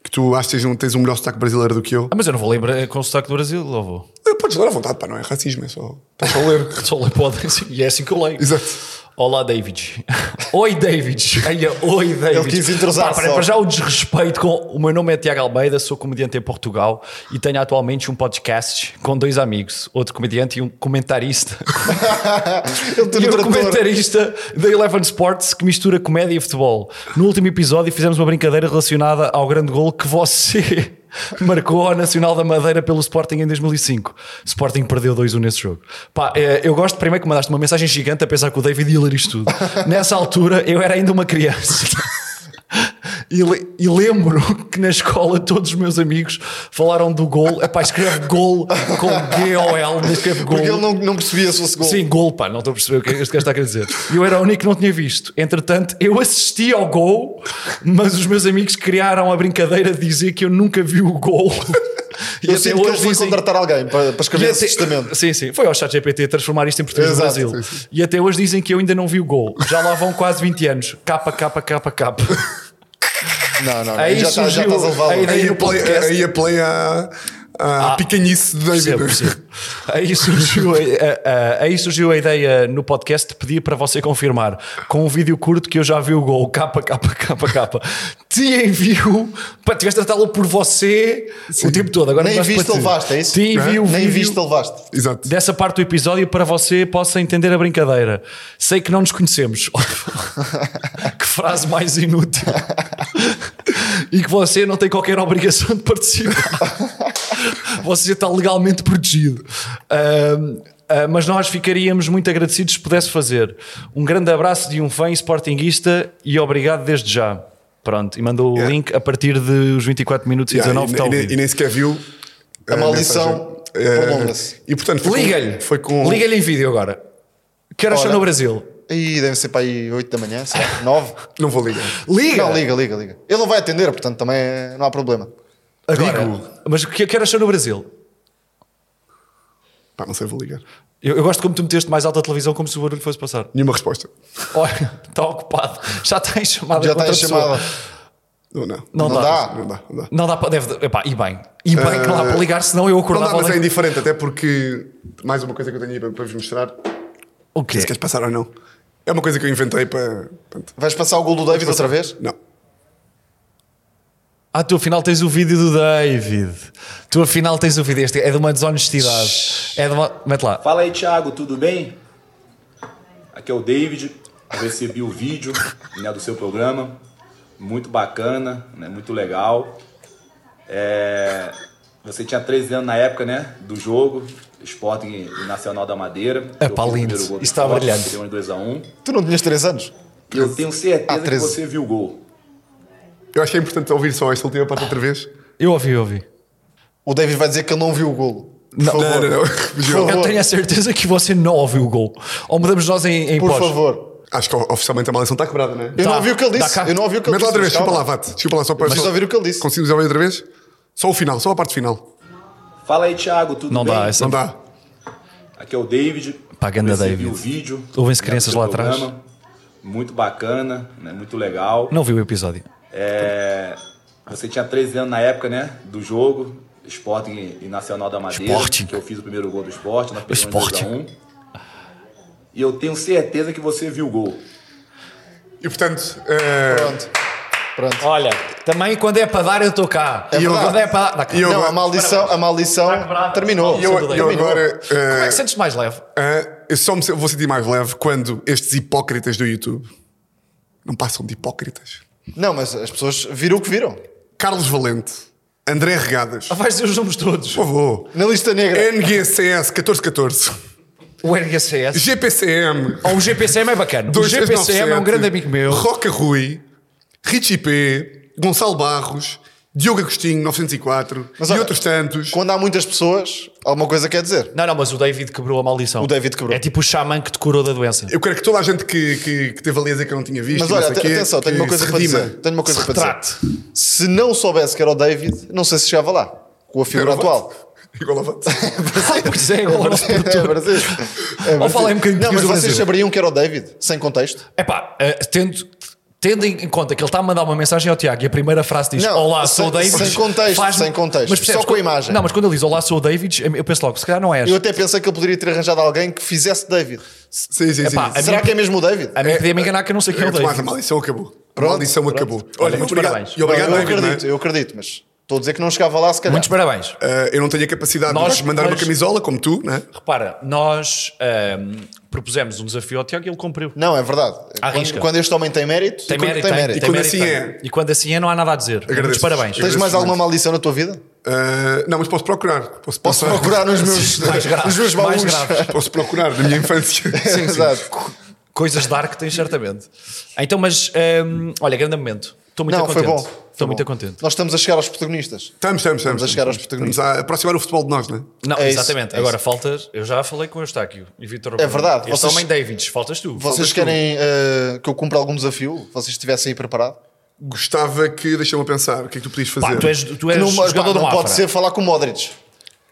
S1: que tu achas que tens um, tens um melhor sotaque brasileiro do que eu.
S2: Ah, mas eu não vou lembrar com o sotaque do Brasil, ou vou?
S1: Eh, Podes ler à vontade, pá, não é racismo, é só. Estás só a ler.
S2: Só leio pode. E é assim que eu leio.
S1: Exato.
S2: Olá, David. Oi, David. Olha, oi, David.
S3: Ele quis entrosar
S2: Pá, para,
S3: só.
S2: para já o desrespeito com. O meu nome é Tiago Almeida, sou comediante em Portugal e tenho atualmente um podcast com dois amigos, outro comediante e um comentarista.
S3: Ele tem
S2: E
S3: um
S2: um
S3: trator.
S2: comentarista da Eleven Sports que mistura comédia e futebol. No último episódio fizemos uma brincadeira relacionada ao grande gol que você marcou ao Nacional da Madeira pelo Sporting em 2005. Sporting perdeu 2-1 nesse jogo. Pá, eh, eu gosto primeiro que mandaste uma mensagem gigante a pensar que o David ia ler isto tudo. Nessa altura eu era ainda uma criança. E, le- e lembro que na escola todos os meus amigos falaram do gol. Epá, escreve gol com G-O-L, não escreve gol.
S3: Porque ele não, não percebia se fosse gol.
S2: Sim, gol, pá, não estou a perceber o que este gajo está a querer dizer. E eu era o único que não tinha visto. Entretanto, eu assisti ao gol, mas os meus amigos criaram a brincadeira de dizer que eu nunca vi o gol. E
S3: Eu sinto que ele foi contratar alguém para, para escrever
S2: e
S3: esse
S2: até-
S3: testamento.
S2: Sim, sim. Foi ao chat GPT transformar isto em português do
S3: Exato,
S2: Brasil.
S3: sim,
S2: E até hoje dizem que eu ainda não vi o gol. Já lá vão quase 20 anos. Capa, capa, capa, capa.
S3: Não, não, não.
S2: Aí
S3: já, tá- já
S2: surgiu
S3: estás a
S2: a
S3: levá-lo.
S2: ideia-
S1: Aí
S2: no
S1: a play,
S2: podcast. Ah.
S1: aí a play à, à picanhice do David.
S2: Percebo, percebo. Aí surgiu, a, a- a- aí surgiu a ideia no podcast de pedir para você confirmar com um vídeo curto que eu já vi o gol capa, capa, capa, capa. Te envio pá, tiveste a tratá-lo por você o tempo todo. Agora
S3: Nem
S2: vais
S3: viste,
S2: para ti.
S3: levaste, é isso?
S2: Te envio o
S3: Nem
S2: vídeo
S3: viste, levaste.
S1: Exato.
S2: dessa parte do episódio para você possa entender a brincadeira. Sei que não nos conhecemos. que frase mais inútil. e que você não tem qualquer obrigação de participar. você está legalmente protegido. Ahm, ah, mas nós ficaríamos muito agradecidos se pudesse fazer. Um grande abraço de um fã sportinguista e obrigado desde já. Pronto, e mandou o
S1: Yeah.
S2: link a partir dos 24 minutos e tá
S1: Yeah,
S2: 19
S1: e,
S2: está
S1: e-
S2: o
S1: e
S2: vídeo.
S1: nem sequer viu. eh,
S3: A maldição
S1: mensagem. Eh,
S3: prolonga-se.
S1: E portanto, foi com-
S2: Liga-lhe.
S1: Foi com.
S2: Liga-lhe em vídeo agora. Que horas são
S3: Ora.
S2: no Brasil?
S3: Aí deve ser para aí 8 da manhã, sei lá, 9.
S1: Não vou ligar.
S2: Liga!
S3: Não, liga, liga, liga. Ele não vai atender, portanto também é- não há problema.
S2: Agora. Mas que, que horas são no Brasil?
S1: Pá, não sei, vou ligar.
S2: Eu, eu gosto como tu meteste mais alta a televisão como se o barulho fosse passar.
S1: Nenhuma resposta.
S2: Olha, está ocupado. Já está em chamada.
S3: Já
S2: com
S3: está em
S2: outra pessoa.
S3: chamada.
S1: Não, não.
S2: Não, dá.
S3: Não dá.
S1: Não dá, não dá.
S2: Não dá para. Deve, epá, e bem. E bem que não dá para ligar, senão eu
S1: Ah, Não dá,
S2: acordava.
S1: mas é
S2: ali-
S1: indiferente, até porque. Mais uma coisa que eu tenho aí para, para vos mostrar.
S2: O quê?
S1: Se queres passar ou não. É uma coisa que eu inventei para. pronto.
S3: Vais passar o gol do David outra vez?
S1: Não.
S2: Ah, tu afinal tens o vídeo do David. Tu afinal tens o vídeo. Este é de uma desonestidade. É de uma. Mete lá.
S4: Fala aí, Thiago, tudo bem? Aqui é o David. Eu recebi o vídeo né, do seu programa. Muito bacana, né, muito legal. É, você tinha 13 anos na época né, do jogo, Sporting e Nacional da Madeira.
S2: É
S4: Eu
S2: pá,
S4: fiz o
S2: lindo.
S4: primeiro gol do
S2: Isso tá
S4: Sporting,
S2: brilhante.
S4: perdeu em 2 a 1.
S3: Tu não tinhas 3 anos?
S4: E eu tenho certeza
S3: Ah,
S4: que
S3: 13.
S4: você viu o gol.
S1: Eu acho que é importante ouvir só esta última parte outra vez.
S2: Eu ouvi, eu ouvi.
S3: O David vai dizer que ele não viu o golo. Por favor.
S1: não, não, não.
S3: Por favor.
S2: Eu tenho a certeza que você não ouviu o gol. Ou mudamos nós em, em
S3: Por
S2: pós.
S3: favor.
S1: Acho que oficialmente a maldição está quebrada, não é?
S3: Eu
S2: Tá.
S3: não ouvi o que ele
S2: Dá
S3: disse.
S2: cá.
S3: Eu não ouvi o que ele
S1: Mete lá
S3: disse.
S1: outra vez,
S3: mas
S1: chupa lá,
S3: calma.
S1: vate. Chupa lá só para.
S3: Mas
S1: só-
S3: ouvir o que ele disse.
S1: Conseguimos ouvir outra vez? Só o final, só a parte final.
S4: Fala aí, Thiago, tudo
S2: Não
S4: bem?
S2: dá, essa-
S1: Não dá.
S4: Aqui é o David.
S2: Pá, ganda
S4: Recebi
S2: David.
S4: o vídeo.
S2: Ouvem-se
S4: né,
S2: crianças
S4: do seu
S2: lá atrás.
S4: programa. Muito bacana, né, muito legal.
S2: Não vi o episódio.
S4: É, você tinha 13 anos na época, né? Do jogo, Sporting e Nacional da Madeira.
S2: Sporting.
S4: Que eu fiz o primeiro gol do Sporting. Nós perdemos
S2: Sporting.
S4: 2 a 1. E eu tenho certeza que você viu o gol.
S1: E portanto, eh,
S3: Pronto. Pronto.
S2: Olha, também quando é para dar, eu estou cá.
S3: É
S2: e eu-
S3: verdade.
S2: quando é para dar. Dá cá.
S1: E eu-
S3: não, a maldição, a maldição
S2: Está quebrado.
S3: terminou.
S1: E eu,
S2: tudo
S1: eu
S2: bem.
S1: agora.
S2: Como é
S1: eh,
S2: que sentes mais leve?
S1: eh, eu só me se- vou sentir mais leve quando estes hipócritas do YouTube não passam de hipócritas.
S3: Não, mas as pessoas viram o que viram.
S1: Carlos Valente, André Regadas,
S2: Ah, Vais dizer os nomes todos.
S1: por favor.
S3: Na lista
S1: É-
S3: negra.
S1: NGCS 1414,
S2: O RGCS.
S1: GPCM
S2: Ou o GPCM é bacana. O
S1: 2397,
S2: GPCM é um grande amigo meu.
S1: Roca Rui, Richie P, Gonçalo Barros, Diogo Agostinho 904
S3: Mas
S1: e
S3: olha,
S1: outros tantos.
S3: Quando há muitas pessoas, alguma coisa quer dizer.
S2: Não, não, mas o David quebrou a maldição.
S3: O David quebrou.
S2: É tipo o xamã que te curou da doença.
S1: Eu quero que toda a gente que, que, que teve a dizer que eu não tinha visto,
S3: Mas
S1: e
S3: olha,
S1: não sei
S3: te-
S1: quê,
S3: atenção, tenho
S1: é que
S3: uma coisa
S1: se
S3: para
S1: redima.
S3: dizer. Tenho uma coisa para dizer.
S2: Retrate.
S3: Se não soubesse que era o David, não sei se chegava lá. Com a figura
S1: Igual a
S3: atual.
S1: voto. Igual a voto.
S2: Ah, pois é, agora se
S3: É
S2: perturba.
S3: Brasil. É
S2: Ou falem um bocadinho
S3: Não,
S2: de português
S3: mas
S2: do
S3: vocês
S2: Brasil.
S3: saberiam que era o David, sem contexto?
S2: Epá, eh, tendo, tendo em conta que ele está a mandar uma mensagem ao Tiago e a primeira frase diz
S3: Não,
S2: Olá, sou o
S3: sem-
S2: David.
S3: sem contexto,
S2: faz-me-
S3: sem contexto,
S2: percebes,
S3: só com a
S2: quando-
S3: imagem.
S2: Não, mas quando ele diz Olá, sou o David, eu penso logo, se calhar não és.
S3: Eu até pensei que ele poderia ter arranjado alguém que fizesse David.
S1: Sim, sim,
S2: Epá,
S1: sim.
S2: a
S3: Será
S2: minha-
S3: que é mesmo o David?
S2: A mim podia-me enganar que eu não sei quem é o
S1: Eu, Tomás, a
S2: David.
S1: maldição um acabou. a maldição um acabou. Olha,
S2: muitos
S1: obrigado,
S2: parabéns.
S1: E obrigado,
S3: eu
S1: David, não é?
S3: acredito, eu acredito, mas estou a dizer que não chegava lá se calhar.
S2: Muitos parabéns.
S1: Ah, eu não tenho a capacidade
S2: Nós-
S1: de mandar uma
S2: nós-
S1: camisola, como tu, né?
S2: Repara, nós ahm, propusemos um desafio ao Tiago e ele cumpriu.
S3: Não, é verdade.
S2: Arrisca.
S3: Quando, quando este homem tem mérito,
S2: Tem
S3: e quando
S2: mérito,
S3: tem
S2: tem,
S3: mérito.
S2: tem
S1: quando
S2: mérito,
S1: assim
S2: tem.
S1: é-
S2: E quando assim é, não há nada a dizer. Muitos
S1: Agradeço-vos.
S2: parabéns.
S3: Tens mais
S1: Agradeço
S3: alguma maldição na tua vida?
S1: Ah, não, mas posso procurar. Posso,
S3: Posso
S1: posso-
S3: procurar nos meus,
S2: Mais graves,
S3: nos meus
S2: mais
S3: baús.
S2: graves.
S1: Posso procurar da minha infância.
S3: É verdade.
S2: Coisas dark tens certamente. Então, mas ahm, olha, grande momento. Estou muito
S3: Não, foi
S2: contente.
S3: bom. Foi
S2: Estou muito
S3: bom.
S2: contente.
S3: Nós estamos a chegar aos protagonistas.
S1: Estamos, estamos, estamos.
S3: a chegar aos
S1: Estamos a aproximar o futebol de nós, não é?
S2: Não,
S3: É isso,
S2: exatamente.
S3: é
S2: Agora faltas. Eu já falei com o Eustáquio e Vitor Rubino.
S3: verdade,
S2: Este
S3: vocês-
S2: homem Davids, faltas tu.
S3: Vocês
S2: Faltas tu.
S3: querem eh, que eu cumpra algum desafio? Vocês estivessem aí preparado?
S1: Gostava que, deixa-me pensar, o que é que tu podias fazer?
S2: Pá, tu és, tu és
S3: não,
S2: jogador um
S3: pá,
S2: do
S3: não
S2: Mafra.
S3: pode ser falar com o Modric.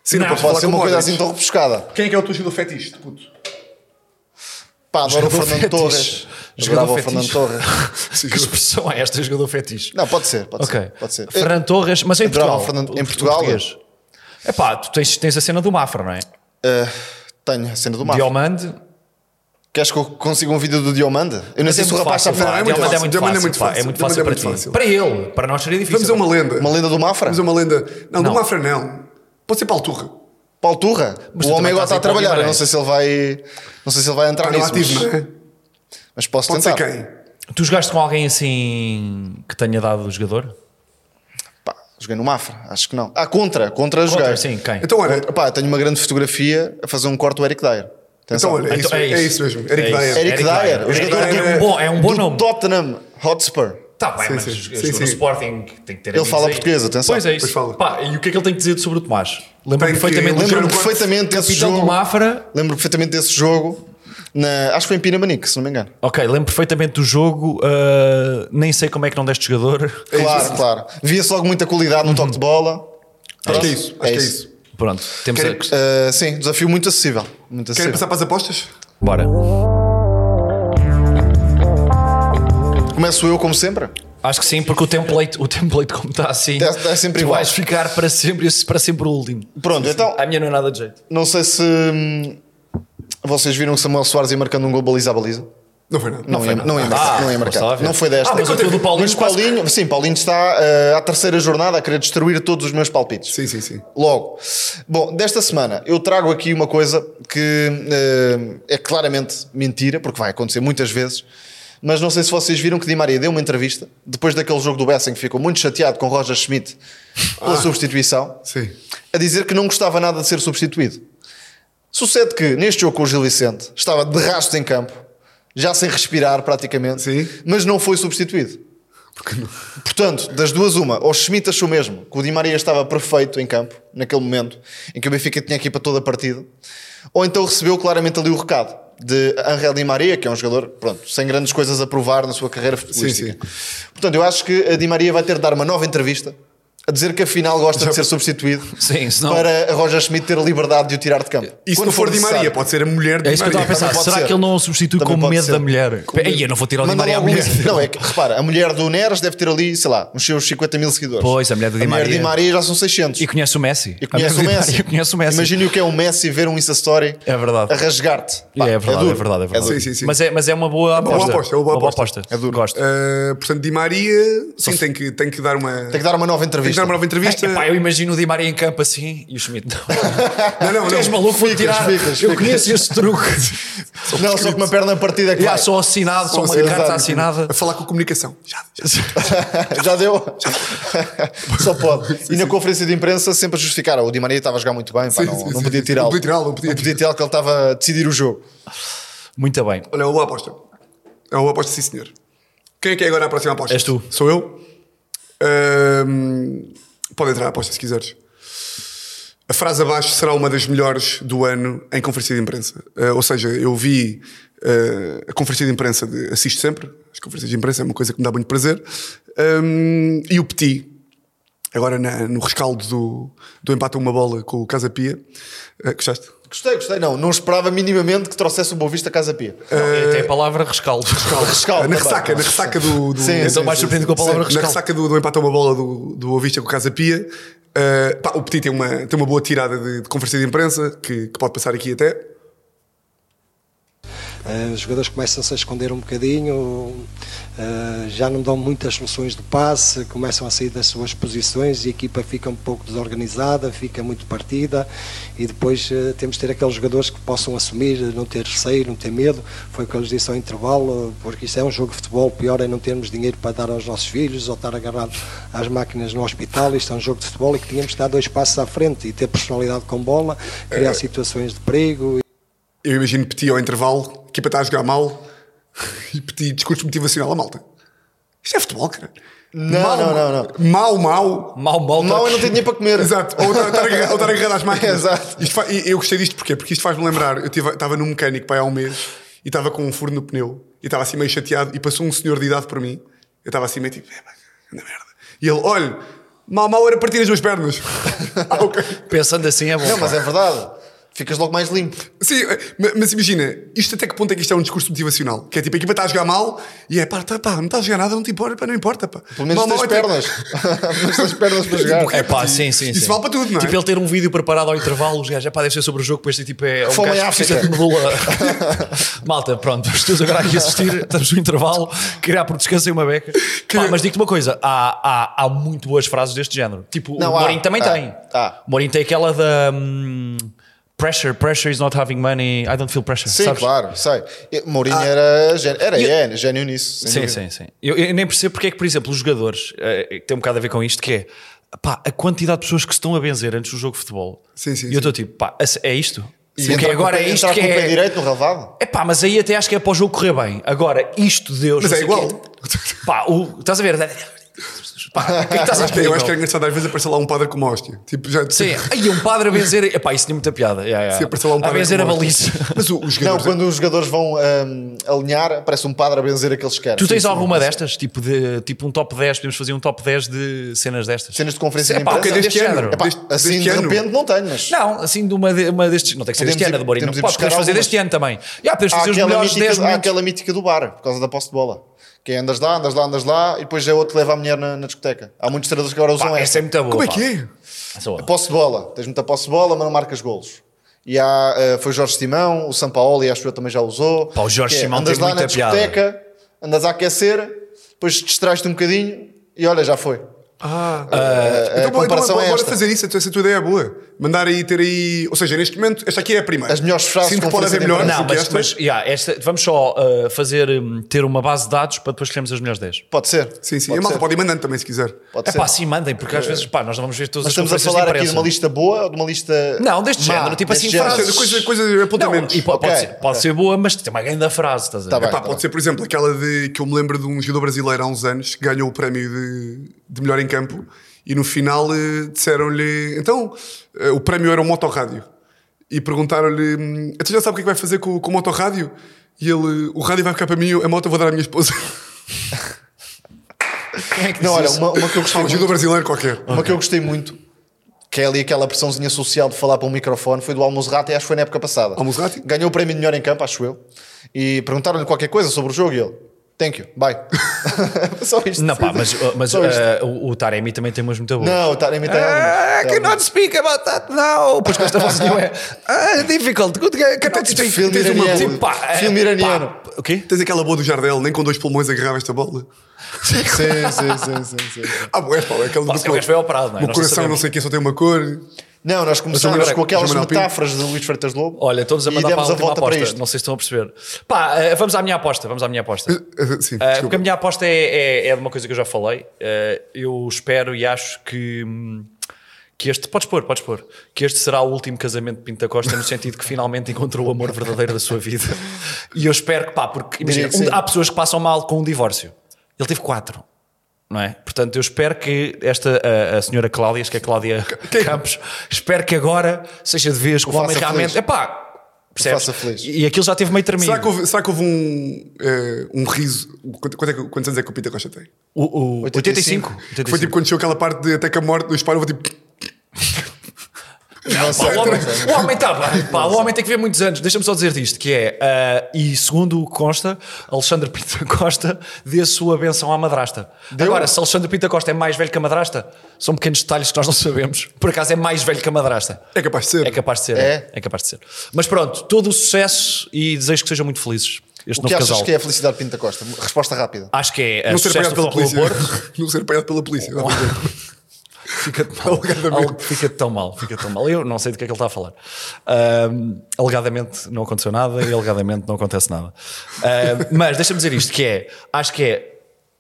S1: Sim, não, posso
S2: Não,
S3: Pode
S1: falar
S3: ser
S1: com
S3: uma
S1: o
S3: coisa
S1: Modric.
S3: assim tão rebuscada.
S1: Quem é que é o teu jogador fetiche, de puto?
S3: Pá, adoro o
S2: Jogador fetiche.
S3: Fernando Torres.
S2: Jogador
S3: Adorava o
S2: fetiche.
S3: Fernando Torres.
S2: Que expressão é esta, jogador fetiche?
S3: Não, pode ser, pode
S2: ok.
S3: ser. Pode ser.
S2: Ferran Torres, mas em
S3: Adorava
S2: Portugal.
S3: o Fernando- em
S2: o
S3: Portugal?
S2: português. Epá, tu tens, tens a cena do Mafra, não é?
S3: Eh, tenho a cena do Mafra.
S2: Diomande.
S3: Queres que eu consiga um vídeo do Diomande? Eu não
S2: Mas
S3: sei
S2: é
S3: se o
S2: muito
S3: rapaz está
S2: fácil,
S3: a falar.
S2: pá.
S1: é muito
S2: Diomande
S1: fácil. Diomande
S2: é muito fácil. pá. É muito fácil para
S1: Diomande é muito
S2: ti.
S1: fácil.
S2: Para ele, para nós seria difícil.
S1: Vamos a uma lenda.
S3: Uma lenda do Mafra?
S1: Vamos a uma lenda. Não,
S2: é Não.
S1: do Mafra não. Pode ser para a alturra.
S3: Paulo Turra?
S2: Mas
S3: o
S2: tu
S3: homem
S2: também
S3: agora
S2: estás
S3: está
S2: aí para
S3: a
S2: o
S3: trabalhar. Eu não
S2: Guimarães.
S3: sei se ele vai. Não sei se ele vai entrar
S1: Está no
S3: nisso.
S1: ativo,
S3: mas,
S1: não é?
S3: mas posso
S1: Pode ser
S3: tentar.
S1: quem?
S2: Tu jogaste com alguém assim que tenha dado o jogador?
S3: Pá, joguei no Mafra, acho que não. Ah, contra,
S2: Contra,
S3: contra, joguei.
S2: sim, quem?
S1: Então, olha,
S3: Contra- Pá, tenho uma grande fotografia a fazer um corte do Eric Dyer. Atenção.
S1: então, olha é,
S2: Então,
S1: isso,
S2: é
S1: é,
S2: isso.
S1: isso. mesmo. Eric
S2: É isso.
S1: Dyer.
S3: Eric,
S2: Eric
S3: Dyer,
S2: Dyer.
S3: o
S2: Eric
S3: jogador
S1: Dyer
S3: do-
S1: é um
S2: bom- é um bom
S3: do
S2: nome.
S3: Tottenham Hotspur.
S2: Tá bem,
S1: Sim,
S2: mas
S1: sim, sim,
S2: jogou no
S1: sim.
S2: Sporting tem que ter
S3: Ele
S2: amigos
S3: fala
S2: aí.
S3: português, atenção.
S2: Pois é isso.
S1: Pois fala.
S2: Pá, e o que é que ele tem que dizer sobre o Tomás? Lembro-me
S1: Tem que-
S2: perfeitamente do
S1: lembro-me
S3: Lembro-me
S1: Jogo quanto?
S3: perfeitamente desse
S2: capitão do
S3: jogo.
S2: Mafra.
S3: Lembro-me perfeitamente desse jogo. Na, acho que foi em Pinamanique, se não me engano.
S2: Ok, lembro perfeitamente do jogo. ah, nem sei como é que não deste jogador.
S1: É
S3: Claro, claro. Via-se logo muita qualidade no toque de bola.
S1: Acho que é
S3: Pronto,
S1: isso. Acho que é isso.
S2: Pronto, temos
S1: Querem-
S2: a...
S3: Uh, sim, desafio muito acessível. Muito
S1: Querem
S3: acessível.
S1: passar para as apostas?
S2: Bora.
S3: Começo eu, como sempre.
S2: Acho que sim, porque o template, o template como está assim,
S3: Dá- dá sempre
S2: tu
S3: igual.
S2: vais ficar para sempre, esse- para sempre o último.
S3: Pronto, então,
S2: A minha não é nada de jeito.
S3: não sei se hum, vocês viram o Samuel Soares ia marcando um gol baliza a baliza.
S1: Não foi nada.
S3: Não, ia, não ia marcar.
S2: Ah,
S3: não, ia marcar.
S2: estava a ver.
S3: não foi desta.
S2: Ah, mas o teu do Paulinho
S3: Mas
S2: quase-
S3: Paulinho, sim, Paulinho está uh, à terceira jornada a querer destruir todos os meus palpites.
S1: Ah, Sim, sim, sim.
S3: Logo, bom, desta semana eu trago aqui uma coisa que eh, é claramente mentira, porque vai acontecer muitas vezes, mas não sei se vocês viram que Di Maria deu uma entrevista depois daquele jogo do Bessing que ficou muito chateado com Roger Schmidt pela substituição,
S1: Sim.
S3: a dizer que não gostava nada de ser substituído. Sucede que neste jogo com o Gil Vicente estava de rastro em campo, já sem respirar praticamente,
S1: Sim.
S3: mas não foi substituído. Portanto, das duas, uma, ou Schmidt achou mesmo que o Di Maria estava perfeito em campo, naquele momento, em que o Benfica tinha equipa toda a partida, ou então recebeu claramente ali o recado de Angel Di Maria, que é um jogador, pronto, sem grandes coisas a provar na sua carreira futebolística. Portanto, eu acho que a Di Maria vai ter de dar uma nova entrevista a dizer que afinal gosta de ser substituído
S2: Sim, senão-
S3: para a Roger Schmidt ter a liberdade de o tirar de campo.
S1: E se
S3: Quando
S1: não for Di Maria,
S3: necessário.
S1: pode ser a mulher de
S2: É isso que eu
S1: Maria.
S2: estava a pensar.
S3: Também pode
S2: Será
S3: ser.
S2: que ele não o substitui
S3: Também
S2: com
S3: pode
S2: medo
S3: ser.
S2: da mulher?
S3: Com
S2: Ei, eu não vou tirar o Di
S3: Manda
S2: Maria à
S3: logo um
S2: mulher.
S3: link. Não, é que, repara, a mulher do Neres deve ter ali, sei lá, uns seus 50 mil seguidores.
S2: Pois, a mulher do Di
S3: A mulher
S2: Maria.
S3: de Maria já são 600.
S2: E conhece o Messi.
S3: E
S2: A mulher
S3: conhece o
S2: do Di
S3: Messi.
S2: Maria Conhece o Messi.
S3: Imagina o que é o Messi ver um Insta Story
S2: É verdade.
S3: a rasgar-te. Pá,
S2: É, é verdade,
S3: duro.
S2: é verdade, é verdade.
S1: Sim,
S3: duro.
S1: sim, sim.
S2: Mas, é, mas é uma boa aposta.
S1: boa aposta, é uma boa aposta.
S2: É duro. Gosto.
S1: Ah, portanto, Di Maria, sim, tem que, tem que dar uma.
S3: Tem que dar uma nova entrevista.
S1: uma nova entrevista.
S2: É, epá, eu imagino o Di Maria em campo assim e o Schmidt.
S1: Não, não,
S2: Tu
S1: não.
S2: és maluco, vou
S3: Ficas,
S2: tirar.
S3: ficas,
S2: eu
S3: ficas.
S2: conheço esse truque.
S3: Não, só com uma perna partida é que
S2: Já
S3: vai.
S2: só assinado, só uma
S3: Exato.
S2: carta assinada.
S1: A falar com a comunicação. Já, já.
S3: Já deu? Só pode. E na conferência de imprensa sempre a justificar. Ah, O Di Maria estava a jogar muito bem, pá,
S1: Sim,
S3: não,
S1: sim,
S3: não
S1: sim.
S3: podia tirá-lo.
S1: Não podia tirá-lo, não podia
S3: tirá-lo, que ele estava a decidir o jogo.
S2: Muito bem.
S1: Olha, é uma boa aposta. É uma boa aposta, sim, senhor. Quem é que é agora a próxima aposta?
S2: És tu.
S1: Sou eu. Ahm, pode entrar a aposta se quiseres. A frase abaixo será uma das melhores do ano em conferência de imprensa. Ah, ou seja, eu vi ah, a conferência de imprensa, de, assisto sempre, as conferências de imprensa é uma coisa que me dá muito prazer. Ahm, e o Petit, agora na- no rescaldo do, do empate a uma bola com o Casa Pia. Ah, gostaste?
S3: Gostei, gostei. Não, não esperava minimamente que trouxesse o Boa Vista Casa Pia.
S2: Não,
S3: Eh,
S2: Até a palavra rescaldo.
S3: Rescaldo
S1: Ah, É na
S3: também.
S1: ressaca, na ressaca do. do
S3: Sim,
S2: Então mais surpreendido com a palavra
S1: Na
S2: rescaldo.
S1: ressaca do, do empate a uma bola do, do Ovista com o Casa Pia. Uh, pá, o Petit tem uma, tem uma boa tirada de, de conferência de imprensa que, que pode passar aqui até.
S5: Eh, os jogadores começam-se a esconder um bocadinho, eh, já não dão muitas soluções de passe, começam a sair das suas posições e a equipa fica um pouco desorganizada, fica muito partida e depois eh, temos de ter aqueles jogadores que possam assumir, não ter receio, não ter medo. Foi o que eu lhes disse ao intervalo, eh, porque isso é um jogo de futebol, o pior é não termos dinheiro para dar aos nossos filhos ou estar agarrado às máquinas no hospital. Isto é um jogo de futebol e que tínhamos de dar dois passos à frente e ter personalidade com bola, criar situações de perigo.
S1: Eu imagino Petit ao intervalo, a equipa está a jogar mal e Petit discurso motivacional à malta. Isto é futebol, cara.
S3: Não,
S1: mal,
S3: não, não, não.
S1: Mal, mal.
S2: Mal, mal.
S3: Mal eu não tenho dinheiro para comer.
S1: Exato, ou estar- estar agarrado- ou estar agarrado às máquinas.
S3: Exato.
S1: Isto fa- e eu gostei disto porquê? porque isto faz-me lembrar. Eu tive- estava num mecânico pai, há um mês e estava com um furo no pneu e estava assim meio chateado. E passou um senhor de idade por mim. Eu estava assim meio tipo, é, pá, anda merda. E ele, olha, mal, mal era partir as duas pernas. ah, ok.
S2: Pensando assim é bom.
S3: Não, mas
S2: pá.
S3: é verdade. Ficas logo mais limpo.
S1: Sim, eh, ma- mas imagina, isto até que ponto é que isto é um discurso motivacional? Que é tipo, a equipa está a jogar mal e é pá, tá, pá, não está a jogar nada, não te importa, pá, não importa, pá.
S3: Pelo menos
S1: mal, mal
S3: tens
S1: é-
S3: pernas. Pelo menos tens pernas para jogar.
S2: É pá, sim, sim.
S1: Isso
S2: sim.
S1: vale para tudo, não é?
S2: Tipo, ele ter um vídeo preparado ao intervalo, os gajos, é pá, deve ser sobre o jogo, depois tipo, é um
S3: Fome
S2: gajo
S3: em
S2: que precisa
S3: África.
S2: de medula. Malta, pronto, estou agora aqui a assistir, estamos no intervalo, criar por descanso e uma beca. Pá, mas digo-te uma coisa, há, há, há muito boas frases deste género. Tipo,
S3: Não,
S2: o
S3: há, Ah, tá.
S2: Mourinho também
S3: há,
S2: tem.
S3: há.
S2: O Mourinho tem aquela da... hum, Pressure, pressure is not having money, I don't feel pressure.
S3: Sim,
S2: sabes?
S3: claro, sei. E Mourinho
S1: Ah.
S3: era, gênio, era é, gênio nisso. sem
S2: Sim,
S3: dúvida.
S2: sim, sim. Eu, eu nem percebo porque é que, por exemplo, os jogadores eh, tem um bocado a ver com isto, que é pá, a quantidade de pessoas que se estão a benzer antes do jogo de futebol.
S1: Sim, sim,
S2: E
S1: sim.
S2: eu estou tipo, pá, a se- é isto?
S3: E
S2: Porque
S3: entrar
S2: agora
S3: com o
S2: é
S3: pé-
S2: isto
S3: entrar
S2: que
S3: com o pé
S2: é.
S3: direito no relvado?
S2: É pá, mas aí até acho que é para o jogo correr bem. Agora, isto, Deus.
S1: Mas
S2: não
S1: é
S2: sei o quê.
S1: igual.
S2: Pá, o, estás a ver? Pá, o que é que estás a
S1: Acho que-
S2: ver?
S1: Eu acho que era engraçado às vezes aparecer lá um padre com uma hóstia. Tipo, já,
S2: Sim, aí um padre a benzer. Epá, isso tinha muita piada. Yeah, yeah.
S1: Se aparecer lá um
S2: a
S1: padre
S2: benzer
S1: com
S2: a
S1: uma
S2: baliza.
S1: hóstia. Mas o- os
S3: Não,
S1: jogadores.
S3: quando os jogadores vão hum, alinhar, aparece um padre a benzer aqueles que
S2: Tu tens alguma destas? Tipo, de, tipo um top 10, podemos fazer um top 10 de cenas destas.
S3: Cenas de conferência
S2: Sim,
S3: de
S2: pá,
S3: imprensa?
S2: ok, deste
S3: Deste
S2: género.
S3: género. Epá,
S1: Deste-
S3: assim
S1: deste
S3: de
S1: ano.
S3: repente não tenho, mas
S2: Não, assim de uma, de, uma destes. Não tem que ser
S3: Podemos
S2: deste ano,
S3: ir-
S2: a do Mourinho.
S3: temos
S2: Não,
S3: ir
S2: pá,
S3: buscar
S2: podemos fazer deste ano também. Já, podemos
S3: há
S2: fazer os
S3: aquela,
S2: melhores
S3: mítica,
S2: 10
S3: há
S2: minutos.
S3: aquela mítica do bar, por causa da posse de bola. Que é andas lá, andas lá, andas lá, e depois é outro que leva a mulher na, na discoteca. Há muitos treinadores que agora usam
S2: Pá, essa é muito boa.
S1: Como é
S2: pá.
S1: que é?
S2: Essa boa.
S3: Posse de bola, tens muita posse de bola, mas não marcas golos. E há, eh, foi Jorge Simão, o Sampaoli, acho que eu também já usou.
S2: Pá, o Jorge
S3: Que é,
S2: Simão
S3: andas
S2: tem
S3: lá
S2: muita
S3: na discoteca, andas a aquecer, depois distrais-te um bocadinho e olha, já foi.
S1: Então,
S3: a
S1: bom, então,
S3: comparação
S1: bora
S3: é esta.
S1: fazer isso, essa tua ideia é boa. Mandar aí, ter aí. Ou seja, neste momento, esta aqui é a primeira.
S3: As melhores frases
S1: Sinto
S3: com
S1: que pode haver
S3: conferência de
S1: melhores
S2: Não,
S1: do que
S2: mas,
S1: esta.
S2: mas yeah, esta, vamos só uh, fazer, um, ter uma base de dados para depois escolhermos as melhores 10.
S3: Pode ser.
S1: Sim, sim.
S3: Pode
S1: a malta
S3: ser.
S1: pode ir mandando também, se quiser.
S3: Pode
S2: É
S3: ser.
S2: pá, sim, mandem, porque às vezes, pá, nós não vamos ver todas
S3: Mas
S2: as
S3: estamos a
S2: conferências
S3: falar
S2: de
S3: aqui de
S2: imprensa.
S3: uma lista boa ou de uma lista.
S2: Não, deste
S3: má?
S2: género, tipo
S3: Deste
S2: assim,
S3: género.
S2: frases.
S1: Coisa- coisa- apontamentos.
S2: Não, e pode,
S3: Ok,
S2: pode ser, pode
S3: ok.
S2: ser boa, mas tem uma grande frase, estás a ver?
S3: Tá bem.
S1: Pá, pode ser, por exemplo, aquela de que eu me lembro de um jogador brasileiro há uns anos que ganhou o prémio de, de melhor em campo e no final eh, disseram-lhe então eh, o prémio era um motorrádio e perguntaram-lhe "Hum, então já sabe o que é que vai fazer com, com o motorrádio? E ele, o rádio vai ficar para mim, a moto eu vou dar à minha esposa.
S2: Quem é que disse
S3: Não, olha,
S2: isso?
S3: uma, uma que eu
S1: Há
S3: gostei
S1: um jogador
S3: muito,
S1: brasileiro qualquer.
S3: uma que eu gostei muito, que é ali aquela pressãozinha social de falar para um microfone, foi do Almozerati, acho que foi na época passada.
S1: Almozerati?
S3: Ganhou o prémio de melhor em campo, acho eu. E perguntaram-lhe qualquer coisa sobre o jogo e ele, thank you, bye. Só isto.
S2: Não, pá, mas, mas
S3: Só isto.
S2: eh, o, o Taremi também tem umas muito boas.
S3: Não, tá, está a imitar.
S2: Ah, I
S3: então.
S2: cannot speak about that now. Pois com esta voz não é. Ah, difficult. Good guy. Cannot speak.
S3: filme
S2: Tens uma-
S3: iraniano.
S2: tipo, pá, é,
S3: Filme iraniano.
S2: pá, O quê?
S1: Tens aquela boa do Jardel, nem com dois pulmões agarrava esta bola.
S3: Sim, sim, sim, sim, sim, sim.
S1: Ah, bué, pá, é aquele
S2: Pá,
S1: do
S2: se o gajo foi operado, não é?
S1: O
S2: Nós
S1: coração,
S2: sabemos.
S1: não sei o que, só tem uma cor.
S3: Não, nós começámos
S2: Oliveira,
S3: com aquelas
S1: João Manuel Pinto.
S3: metáforas de Luís Freitas Lobo.
S2: Olha, estamos a
S3: e
S2: mandar para
S3: demos
S2: a última
S3: volta para
S2: aposta.
S3: isto. Eh,
S2: Não sei se estão a perceber. Pá, eh, vamos à minha aposta. Vamos à minha
S1: Ah,
S2: aposta.
S1: Sim,
S2: Ah, porque
S1: desculpa.
S2: a minha aposta é, é, é de uma coisa que eu já falei. Ah, eu espero e acho que. hum, Que este, podes pôr, podes pôr, que este será o último casamento de Pinto da Costa, no sentido que finalmente encontrou o amor verdadeiro da sua vida. E eu espero que, pá, porque imagina,
S3: Diria que
S2: um-
S3: sim.
S2: há pessoas que passam mal com um divórcio. Ele teve quatro, não é? Portanto, eu espero que esta, a, a senhora Cláudia, acho que é Cláudia Campos, espero que agora seja de vez que o
S3: faça
S2: homem realmente.
S3: feliz.
S2: É pá, percebes?
S3: faça feliz.
S2: E aquilo já teve meio termino.
S1: Será que houve, será que houve um, eh, um riso? Quanto- quanto é que- quantos anos é que o Pita Costa tem?
S2: O, o 85.
S3: 85.
S1: Que Foi tipo quando chegou aquela parte de até que a morte do disparo, eu vou tipo.
S3: Não
S2: Pá,
S3: sei,
S2: o homem-
S3: não sei.
S2: o homem está bem, pá, o homem tem que ver muitos anos. Deixa-me só dizer-te isto: que é, ah, e segundo o que consta, Alexandre Pinto da Costa dê a sua benção à madrasta. Agora, se Alexandre Pinto da Costa é mais velho que a madrasta, são pequenos detalhes que nós não sabemos. Por acaso é mais velho que a madrasta.
S1: É capaz de ser.
S2: É capaz de ser, é,
S3: É?
S2: é capaz de ser. Mas pronto, todo o sucesso e desejo que sejam muito felizes. Este
S3: O que
S2: novo
S3: achas
S2: casal.
S3: que é a felicidade de Pinto da Costa? Resposta rápida.
S2: Acho que é ah,
S1: não ser
S2: sucesso Oh.
S1: apanhado
S2: do
S1: pela
S2: Futebol
S1: polícia.
S2: Clube Porto.
S1: não ser apanhado pela polícia.
S2: Ah, Fica-te mal.
S1: Alegadamente.
S2: Al- Fica-te tão mal. Fica tão mal. Eu não sei do que é que ele está a falar. Ahm, alegadamente não aconteceu nada e alegadamente não acontece nada. Ahm, mas deixa-me dizer isto: que é, acho que é.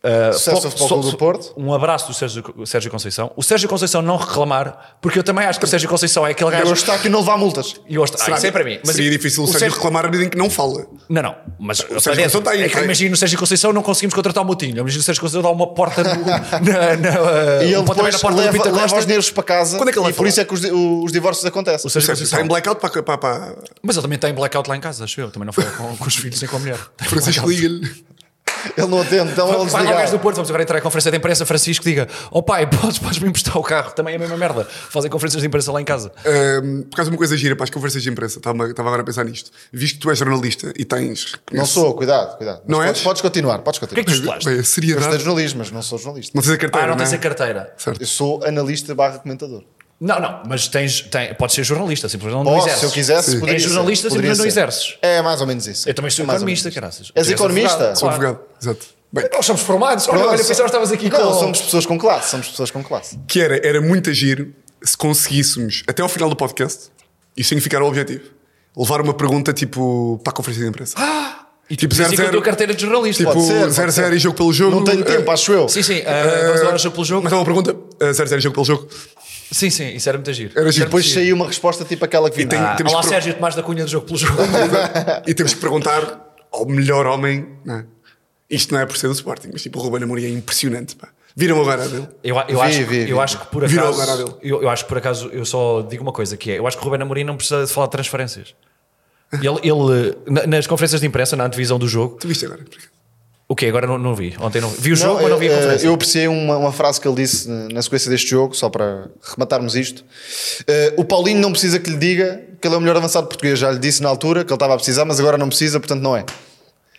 S2: ah,
S3: Sucesso
S2: pouco-
S3: ao Futebol Clube
S2: so-
S3: do Porto.
S2: Um abraço do Sérgio, do Sérgio Conceição. O Sérgio Conceição não reclamar, porque eu também acho que o Sérgio Conceição é aquele
S3: Eu
S2: gajo.
S3: estou aqui não levar multas.
S2: E eu gosto- Ah, isso é para mim. Mas
S1: seria difícil o Sérgio, reclamar à medida em que não fala.
S2: Não, não, mas o
S1: Sérgio Conceição está aí,
S2: é que
S1: está aí.
S2: imagino o Sérgio Conceição não conseguimos contratar o Moutinho. Imagino o Sérgio Conceição dar uma porta no, na, na,
S3: E ele
S2: um pontapé
S3: depois
S2: na porta do
S3: leva,
S2: Pinto da
S3: leva
S2: Costa.
S3: os dinheiros para casa
S1: Quando é que ele
S3: e
S1: vai
S3: por
S1: falar?
S3: isso é que os, di- os divórcios acontecem.
S2: O Sérgio
S1: Sérgio sai
S2: Conceição.
S1: em blackout para, para, para,
S2: Mas ele também está em blackout lá em casa, acho eu. Também não fala com, com os filhos nem com a mulher. Está em
S1: Francisco
S2: blackout.
S1: liga-lhe.
S3: Ele não atende, então ele
S2: Vai lá o gajo do
S3: desliga.
S2: Porto, vamos agora entrar em conferência de imprensa. Francisco, diga: Ó pai, podes, podes me emprestar o carro? Também é a mesma merda. Fazem conferências de imprensa lá em casa.
S1: Ahm, Ehm, por causa de uma coisa gira, para as conferências de imprensa, estava, estava agora a pensar nisto. Visto que tu és jornalista e tens.
S3: Não sou, cuidado, cuidado. Mas
S1: Não
S3: podes,
S1: és?
S3: podes continuar, podes
S2: O que é
S3: continuar.
S2: que
S1: Bem,
S2: tu estudaste?
S1: a
S3: Eu sou
S1: seriedade.
S3: jornalista, mas não sou jornalista.
S1: Não tens a carteira.
S2: Ah, não tens
S1: é?
S2: a carteira.
S3: Eu sou analista barra comentador.
S2: Não, não, mas tens, tem, podes ser jornalista, simplesmente não
S3: Posso,
S2: exerces.
S3: se eu quisesse,
S1: Sim.
S3: poderia
S2: És
S3: ser,
S2: jornalista,
S3: poderia
S2: simplesmente não
S3: ser.
S2: exerces.
S3: É mais ou menos isso.
S2: Eu também sou
S3: É mais ou
S2: economista,
S3: menos isso.
S2: caraças.
S3: És
S2: Tu és
S3: economista?
S2: advogado,
S1: Sou
S2: claro.
S1: advogado. Exato. Bem,
S2: Nós somos formados. Olha, olha, pensava que estavas aqui com.
S3: Não, somos pessoas com classe, somos pessoas com classe.
S1: que era, era muito agir se conseguíssemos, até ao final do podcast, isso significar o objetivo, levar uma pergunta tipo para a conferência de imprensa.
S2: E
S1: Tipo
S2: tipo, zero,
S1: zero,
S2: zero, a tua carteira de jornalista.
S1: tipo
S3: ser, pode
S1: 0-0
S3: ser.
S1: e jogo pelo jogo.
S3: Não tenho
S1: eh,
S3: tempo, acho eu.
S2: Sim, sim. ah, Vamos agora ao jogo pelo jogo.
S1: Mas há uma pergunta: 0-0 e jogo pelo jogo.
S2: Sim, sim, isso era muito giro.
S1: Era giro.
S3: Depois saiu uma resposta tipo aquela que vi.
S1: tem-
S3: Ah,
S1: temos
S2: Olá,
S1: que-
S2: Sérgio Tomás da Cunha do jogo pelo jogo.
S1: E temos que perguntar ao melhor homem. não é? Isto não é por ser do Sporting, mas tipo o Ruben Amorim é impressionante. Pá. Viram agora dele?
S2: Eu, eu,
S3: Vi,
S2: acho,
S3: vi,
S2: eu
S3: vi.
S2: acho que por
S1: Virou
S2: acaso.
S1: agora a dele.
S2: Eu, eu acho que por acaso eu só digo uma coisa que é: eu acho que o Ruben Amorim não precisa de falar de transferências. Ele, ele, na- nas conferências de imprensa, na antevisão do jogo,
S1: Tu viste agora?
S2: o que agora não, não vi. Ontem não vi. Vi o
S3: Não,
S2: jogo, mas não vi a
S3: eh,
S2: conferência.
S3: Eu apreciei uma, uma frase que ele disse eh, na sequência deste jogo, só para rematarmos isto. Eh, o Paulinho não precisa que lhe diga que ele é o melhor avançado português. Já lhe disse na altura que ele estava a precisar, mas agora não precisa, portanto não é.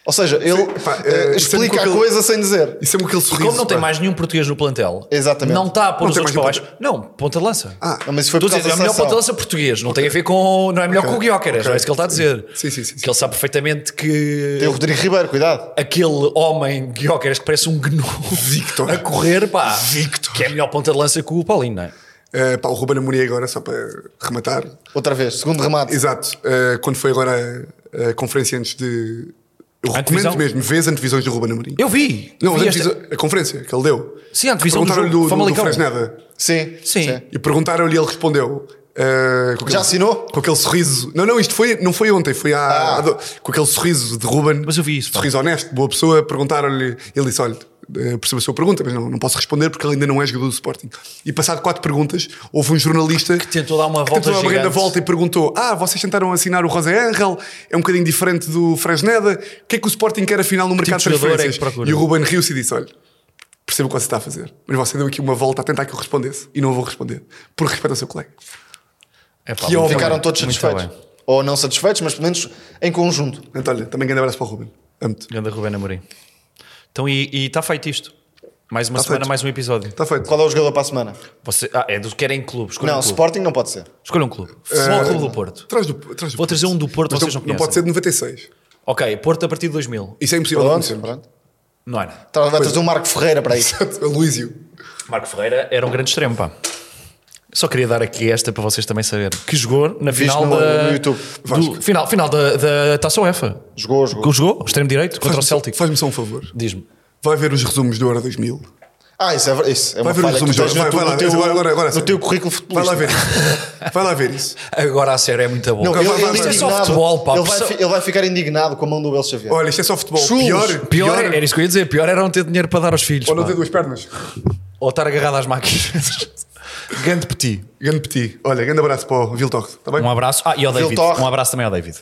S3: Ou seja, ele
S1: pá,
S3: eh,
S1: eh, sempre com
S3: explica a
S1: aquele-
S3: coisa sem dizer.
S1: Isso é aquele sorriso.
S2: Como não tem
S1: pá.
S2: mais nenhum português no plantel,
S3: Exatamente.
S2: não está a pôr
S1: Não
S2: os
S1: tem
S2: outros para
S1: mais
S2: baixo. Não, ponta de lança.
S1: Ah,
S3: Não, mas isso foi
S2: Estou
S3: por
S2: a dizer,
S3: causa
S2: é o
S3: da
S2: melhor ponta de
S3: sanção.
S2: lança português, não tem a ver com. Não é melhor que o
S1: Ok.
S2: Guiócaras, não é
S1: Ok.
S2: isso que ele está a dizer.
S1: Sim, sim, sim, sim.
S2: Que ele sabe perfeitamente que.
S3: Tem o Rodrigo Ribeiro, cuidado.
S2: aquele homem Guióqueres que parece um gnu
S1: Victor.
S2: a correr, pá,
S1: Victor.
S2: que é a melhor ponta de lança que o Paulinho, não é?
S1: eh, pá, o Ruben Amorim agora, só para rematar,
S3: Outra vez, segundo remate.
S1: Exato. Uh, quando foi agora a, a conferência antes de. Eu
S2: Antevisão?
S1: recomendo mesmo, vês antevisões do Ruben Amorim.
S2: Eu vi!
S1: Não,
S2: vi
S1: mas
S2: esta-
S1: antevisão- a conferência que ele deu.
S2: Sim, a antevisão do
S1: Perguntaram-lhe
S2: jogo,
S1: do, do, do
S2: Famalicão.
S1: Fresneda.
S3: Sim,
S2: Sim.
S1: E perguntaram-lhe e ele respondeu. uh, com
S3: Já assinou?
S1: Com aquele sorriso. Não, não, isto foi, não foi ontem, foi há,
S3: Ah.
S1: há do- com aquele sorriso de Ruben.
S2: Mas eu vi isso, pá.
S1: Sorriso honesto, boa pessoa. Perguntaram-lhe, ele disse: olha, uh, percebo a sua pergunta, mas não, não posso responder porque ele ainda não é jogador do Sporting. E passado quatro perguntas, houve um jornalista que
S2: tentou dar uma
S1: que
S2: volta
S1: tentou dar uma grande
S2: gigante.
S1: volta e perguntou: Ah, vocês tentaram assinar o Rosa Angel, é um bocadinho diferente do Fresneda, o que é que o Sporting quer afinal no mercado
S2: de
S1: de
S2: jogador é que
S1: transferências?
S2: procura?
S1: e o Ruben riu-se e disse: Olha, percebo o que você está a fazer, mas você deu aqui uma volta a tentar que eu respondesse e não vou responder, por respeito ao seu colega.
S2: É pá,
S1: Que
S2: muito
S1: homem.
S3: Ficaram
S2: bem,
S3: todos
S2: muito
S3: satisfeitos.
S2: bem.
S3: Ou não satisfeitos, mas pelo menos em conjunto.
S1: Portanto, olha, também grande abraço para o Ruben. Amo-te.
S2: Ganda Rubén Amorim. Então, e e está feito isto. Mais uma
S1: Está
S2: semana,
S1: feito.
S2: mais um episódio.
S1: Está feito.
S3: Qual é o jogador para a semana?
S2: Você, ah, é dos que querem clube. Escolha
S3: não,
S2: um clube.
S3: Sporting não pode ser.
S2: Escolha um clube. Futebol
S1: Eh,
S2: Clube do Porto.
S1: Traz do, traz do
S2: Vou trazer um do Porto,
S1: Mas
S2: vocês
S1: não,
S2: não
S1: não pode ser
S2: conhecem.
S1: de 96.
S2: Ok, Porto a partir de 2000.
S1: Isso é impossível de
S3: Pronto,
S1: acontecer.
S3: pronto.
S2: Não é nada.
S3: Tra- Vai trazer o Marco Ferreira para isso.
S1: Luísio.
S2: Marco Ferreira era um grande extremo, pá. Só queria dar aqui esta para vocês também saberem. Que jogou na final
S3: no-
S2: da,
S3: no YouTube.
S2: do-
S1: Vasco.
S2: final, final da, da Taça UEFA.
S3: Jogou, jogou.
S2: Que jogou, extremo direito, contra o
S1: Faz-me só-
S2: Celtic.
S1: Faz-me só um favor.
S2: Diz-me.
S1: Vai ver os resumos do Euro 2000.
S3: Ah, isso é, ver- isso é uma
S1: Vai ver os
S3: falha que tu
S1: resumos do Euro.
S3: tens no,
S1: Vai,
S3: teu-
S1: vai lá,
S3: no teu,
S1: agora, agora, agora,
S3: no
S1: sério.
S3: teu currículo
S1: Vai lá
S3: futebolístico.
S1: ver isso. Vai lá ver isso.
S2: Agora a sério é muito bom.
S3: Não,
S1: Vai,
S3: ele,
S1: vai,
S3: ele
S1: vai,
S3: é
S1: vai.
S2: Isso é só
S3: indignado.
S2: futebol, pá.
S3: Ele vai,
S2: Só-
S3: fi- ele vai ficar indignado com a mão do Abel Xavier.
S1: Olha, isto é só futebol.
S3: Chulos.
S1: Pior,
S2: Pior, é era isso que eu ia dizer, pior era não ter dinheiro para dar aos filhos.
S1: Ou não
S2: pá.
S1: ter duas pernas.
S2: Ou estar agarrado às máquinas. Grande petit.
S1: Grande petit. Olha, grande abraço para o Viltox. Está bem?
S2: Um abraço. Ah, e ao David.
S3: Viltorre.
S2: Um abraço também ao David.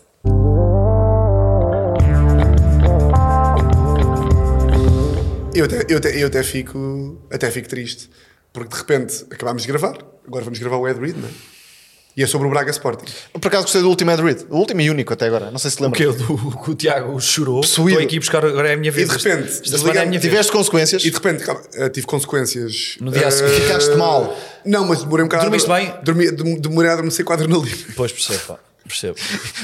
S1: Eu até, eu, até, eu até fico até fico triste, porque de repente acabámos de gravar, agora vamos gravar o Ed Reed, não é? E é sobre o Braga Sporting.
S3: Por acaso gostei do último Ed Reed. O último e único até agora. Não sei se lembra.
S2: Que, eu, do, que o Tiago chorou.
S3: Possuído.
S2: Estou aqui buscar agora é a minha vez.
S1: de
S2: Esta-
S1: repente,
S2: Esta semana é a minha vez.
S3: Tiveste consequências.
S1: E de repente calma, eh, tive consequências.
S2: No dia a
S1: Eh,
S2: seguir.
S3: Ficaste mal.
S1: Não, mas demorei um bocado. a-
S2: Dormiste bem?
S1: Dormi, dem- demorei a adormecer com a adrenalina.
S2: Pois percebo, pá. Percebo.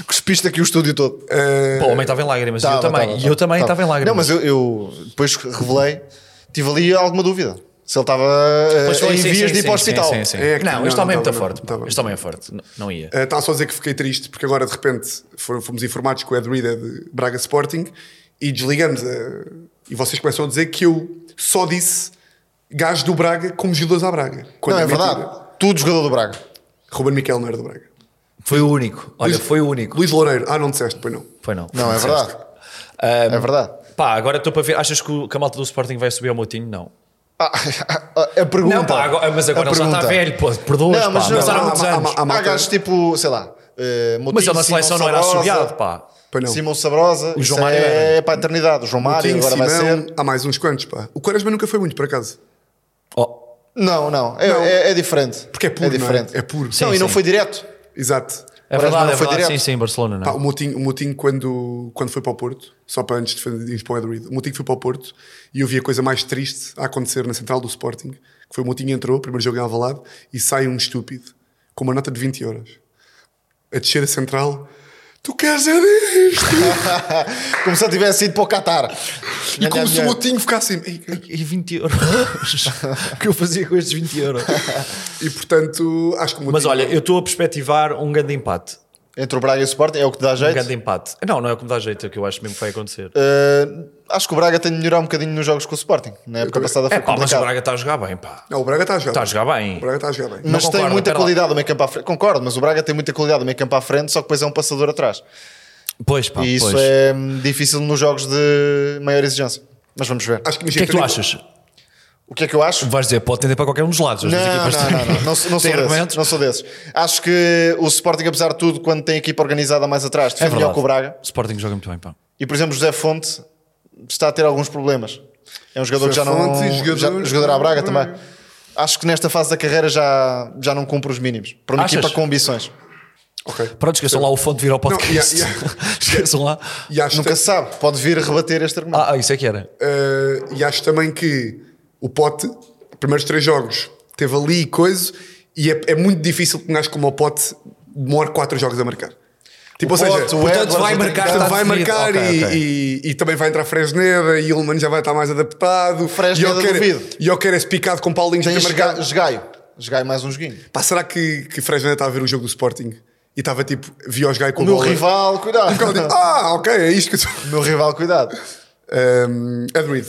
S3: Cuspiste aqui o estúdio todo.
S1: Eh,
S2: Pô, o homem estava em lágrimas.
S3: Tava,
S2: eu também.
S3: tava,
S2: e
S3: tava,
S2: eu também
S3: tava.
S2: estava em lágrimas.
S3: Não, mas eu, eu depois revelei, tive ali alguma dúvida. Se ele estava
S2: Pois
S3: eh,
S2: foi,
S3: em
S2: sim,
S3: vias
S2: sim,
S3: de ir para o
S2: sim,
S3: hospital.
S2: sim, sim, sim.
S1: É que-
S2: não,
S1: não,
S2: este homem é
S1: não
S2: muito
S1: estava,
S2: forte.
S1: não
S2: pá.
S1: estava.
S2: Este homem é forte. Não, não ia.
S1: eh, Estava só a dizer que fiquei triste, porque agora de repente foram- fomos informados que o Ed Reed é de Braga Sporting e desligamos. eh, e vocês começam a dizer que eu só disse gajo do Braga como jogadores à Braga. Quando
S3: Não, é
S1: mentira.
S3: verdade. Tudo jogador do Braga.
S1: Ruben Miquel não era do Braga.
S2: Foi o único. Olha, foi o único.
S1: Luís Loureiro. Ah, não disseste, pois não.
S2: Foi não.
S3: Não, é verdade. É verdade.
S2: Pá, agora estou para ver. Achas que o que a malta do Sporting vai subir ao Motinho? Não.
S3: Ah, a pergunta.
S2: Não, pá, agora- mas agora
S3: A
S2: ele já está
S3: pergunta.
S2: velho, pô, perdoa
S3: Não, mas
S2: pá,
S3: não,
S2: mas há
S3: há-
S2: muitos
S1: há-
S2: anos.
S1: há- há-
S3: Há
S1: malta-
S3: gajos tipo, sei lá. eh, Moutinho,
S2: Mas ele na
S3: Simão
S2: seleção não era
S3: Sabrosa,
S2: assobiado, pá.
S1: Pois não.
S3: Simão Sabrosa,
S2: O João
S3: isso
S2: Mário
S3: é,
S2: era.
S3: para a eternidade. O João Mário
S1: Coutinho,
S3: agora vai
S1: Simão,
S3: ser.
S1: Há mais uns quantos, pá. O Quaresma nunca foi muito, por acaso.
S2: Oh,
S3: Não, não, é,
S1: Não.
S3: é- é diferente.
S1: Porque é puro,
S3: É
S1: não é?
S3: diferente.
S1: É puro.
S2: Sim,
S3: não, e não
S2: sim.
S3: foi direto.
S1: Exato.
S2: é
S3: Parece que
S2: verdade,
S3: não
S2: é
S3: foi
S2: verdade. Sim,
S3: direto.
S2: sim, em Barcelona, não.
S1: Pá, o Moutinho, o Moutinho quando, quando foi para o Porto, só para antes de fa- de ir para o Ed Reed, o Moutinho foi para o Porto e eu vi a coisa mais triste a acontecer na central do Sporting, que foi o Moutinho entrou, primeiro jogo em Alvalade, e sai um estúpido com uma nota de 20 euros. A descer a central, tu queres é era isto?
S3: Como se ele tivesse ido para o Qatar.
S1: E
S2: é
S1: como se o Moutinho ficasse assim. "Ei, ei,
S2: E 20 euros. o que eu fazia com estes 20 euros?
S1: ei". E portanto, acho que o Moutinho.
S2: Mas olha, eu estou a perspectivar um grande empate.
S3: Entre o Braga e o Sporting é o que dá
S2: Um
S3: jeito.
S2: grande empate. Não, não é o que me dá jeito, é o que eu acho mesmo que vai acontecer.
S3: Uh, acho que o Braga tem de melhorar um bocadinho nos jogos com o Sporting. Na época
S1: também.
S3: passada foi
S2: É pá, mas o
S3: complicado. Mas,
S2: Braga está a jogar bem, pá.
S1: Não, o Braga está a jogar.
S2: Está tá a jogar
S1: O
S2: bem. Hum.
S1: Braga está a jogar bem.
S2: Não
S3: tem
S2: concordo,
S3: muita
S2: pera lá.
S3: qualidade do meio campo à frente. Concordo, mas o Braga tem muita qualidade do meio campo à frente, só que depois é um passador atrás.
S2: Pois, pá,
S3: e isso
S2: pois.
S3: é hum, difícil nos jogos de maior exigência. Mas vamos ver.
S1: Acho que,
S2: O que é que tu achas?
S3: O que é que eu acho?
S2: Vais dizer, pode tender para qualquer um dos lados. as
S3: Não,
S2: duas
S3: não,
S2: equipas têm-
S3: não, não, não, sou- não sou
S2: têm
S3: desses,
S2: argumentos.
S3: não sou desses. Acho que o Sporting, apesar de tudo, quando tem a equipa organizada mais atrás,
S2: É
S3: defende melhor
S2: verdade.
S3: que o Braga.
S2: O Sporting joga muito bem, pá.
S3: E, por exemplo, José Fonte está a ter alguns problemas. É um jogador
S1: José
S3: que já não.
S1: Fonte e
S3: jogador,
S1: jogador-
S3: já, jogador à Braga também. Acho que nesta fase da carreira já, já não cumpre os mínimos. Para uma
S2: Achas?
S3: equipa com ambições.
S1: Ok.
S2: Pronto, esqueçam lá o fonte vir ao podcast.
S1: e a- e
S2: esqueçam lá.
S1: E acho,
S3: Nunca se sabe, pode vir rebater este argumento.
S2: Ah, ah, isso é que era.
S1: eh, e acho também que o Pote, primeiros três jogos, teve ali coisa e é, é muito difícil que um gajo como o Pote demore quatro jogos a marcar. Tipo, ou
S3: O
S1: seja,
S3: Pote, o
S1: portanto,
S3: Edwards,
S2: vai
S3: o
S2: marcar,
S3: Trincão.
S2: tá-
S1: vai
S2: definido.
S1: marcar
S2: Ok,
S1: e,
S2: ok.
S1: e- e também vai entrar Fresneira e o Mano já vai estar mais adaptado.
S3: Fresneda duvido.
S1: E eu quero esse picado com Paulinho já
S3: Tem
S1: tem marcado.
S3: esga- esgaio. Esgaio mais um joguinho.
S1: Pá, será que, que Fresneira está a ver o jogo do Sporting e estava tipo, viu os gajos com
S3: O
S1: a
S3: meu
S1: bola?
S3: rival,
S1: Um bocado tipo,
S3: cuidado.
S1: ah, ok, é isto que eu sou.
S3: O meu rival, cuidado.
S1: Um, Ed Reed.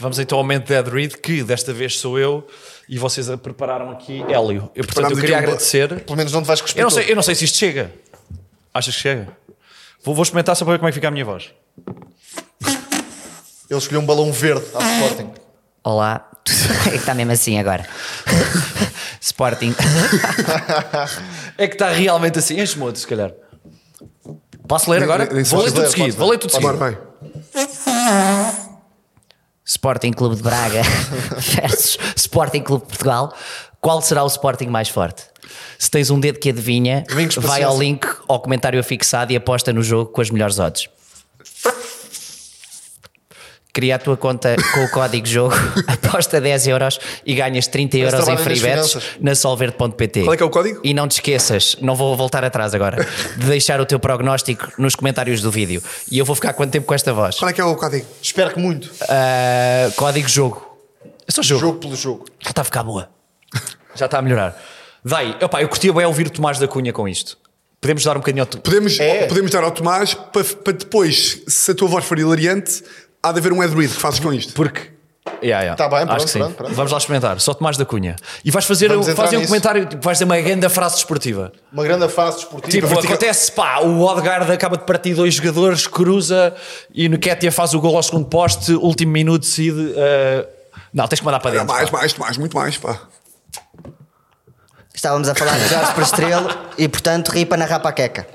S2: Vamos então ao momento de Ed Reed, que desta vez sou eu e vocês a prepararam aqui Hélio. Eu, portanto,
S1: Preparámos
S2: eu
S1: aqui
S2: queria
S1: um ba-
S2: agradecer.
S3: Pelo menos não te vais cuspir.
S2: Eu não, sei,
S3: tudo.
S2: eu não sei se isto chega. Achas que chega? Vou, vou experimentar só para ver como é que fica a minha voz.
S3: Ele escolheu um balão verde ao Sporting.
S6: Olá, está mesmo assim agora. Sporting.
S2: É que está realmente assim. Enche-me se calhar. Posso ler agora?
S1: nem- nem sei
S2: Vou ler
S1: se
S2: tudo
S3: ler,
S2: seguido.
S3: posso
S2: Vou ler tudo
S1: Agora
S2: seguido.
S1: vai.
S6: Sporting Clube de Braga versus Sporting Clube de Portugal, qual será o Sporting mais forte? Se tens um dedo que adivinha,
S3: Domingos
S6: vai
S3: Paciência.
S6: ao link ao comentário afixado e aposta no jogo com as melhores odds. Cria a tua conta com o código jogo, aposta 10 euros e ganhas 30 euros em
S3: trabalho
S6: free
S3: nas
S6: bets
S3: finanças.
S6: na solverde.pt.
S1: Qual é que é o código?
S6: E não te esqueças, não vou voltar atrás agora, de deixar o teu prognóstico nos comentários do vídeo. E eu vou ficar quanto tempo com esta voz?
S1: Qual é que é o código?
S3: Espero que muito.
S6: Ah, código jogo. É só jogo.
S3: Jogo pelo jogo.
S6: Já está a ficar boa.
S2: Já está a melhorar. Dai, opá, eu curtia bem ouvir Tomás da Cunha com isto. Podemos dar um bocadinho ao tu...
S1: Podemos, oh,
S3: É.
S1: podemos dar ao Tomás para, para depois, se a tua voz for hilariante, há de haver um ad read que fazes com isto.
S2: Porque. Yeah, yeah.
S3: Tá bem, pronto,
S2: Acho que sim.
S3: pronto, pronto.
S2: Vamos lá experimentar. Só Tomás da Cunha. E vais fazer,
S3: Vamos entrar
S2: fazer um
S3: nisso. Tipo,
S2: comentário, tipo, vais ter uma grande frase desportiva.
S3: Uma grande fase desportiva.
S2: Tipo, acontece, pá, o Odgard acaba de partir dois jogadores, cruza e no Ketia faz o gol ao segundo poste, último minuto, decide. eh, Não, tens que mandar para
S1: Ah,
S2: dentro.
S1: mais,
S2: pá.
S1: mais, mais, muito mais, pá.
S7: Estávamos a falar de Jorge Prestrelo e, portanto, ripa na rapaqueca.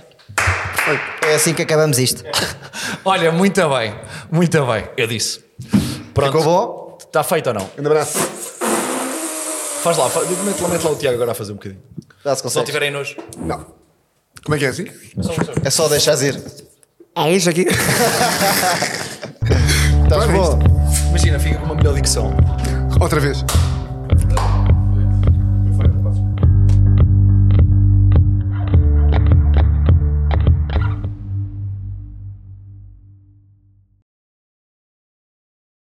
S7: É assim que acabamos isto.
S2: Olha, muito bem, muito bem. Eu disse. Pronto.
S7: Ficou bom?
S2: Está feito ou não?
S1: Grande abraço.
S2: Faz lá, faz, mete, lá, mete lá o Tiago agora a fazer um bocadinho.
S3: Já se
S2: Se não
S3: consegue.
S2: tiverem nojo.
S1: Não. Como é que é assim?
S3: É só deixar ir.
S1: Ah, este aqui.
S3: Estás
S1: Claro,
S3: bom?
S2: Imagina, fica com uma melhor dicção.
S1: Outra vez.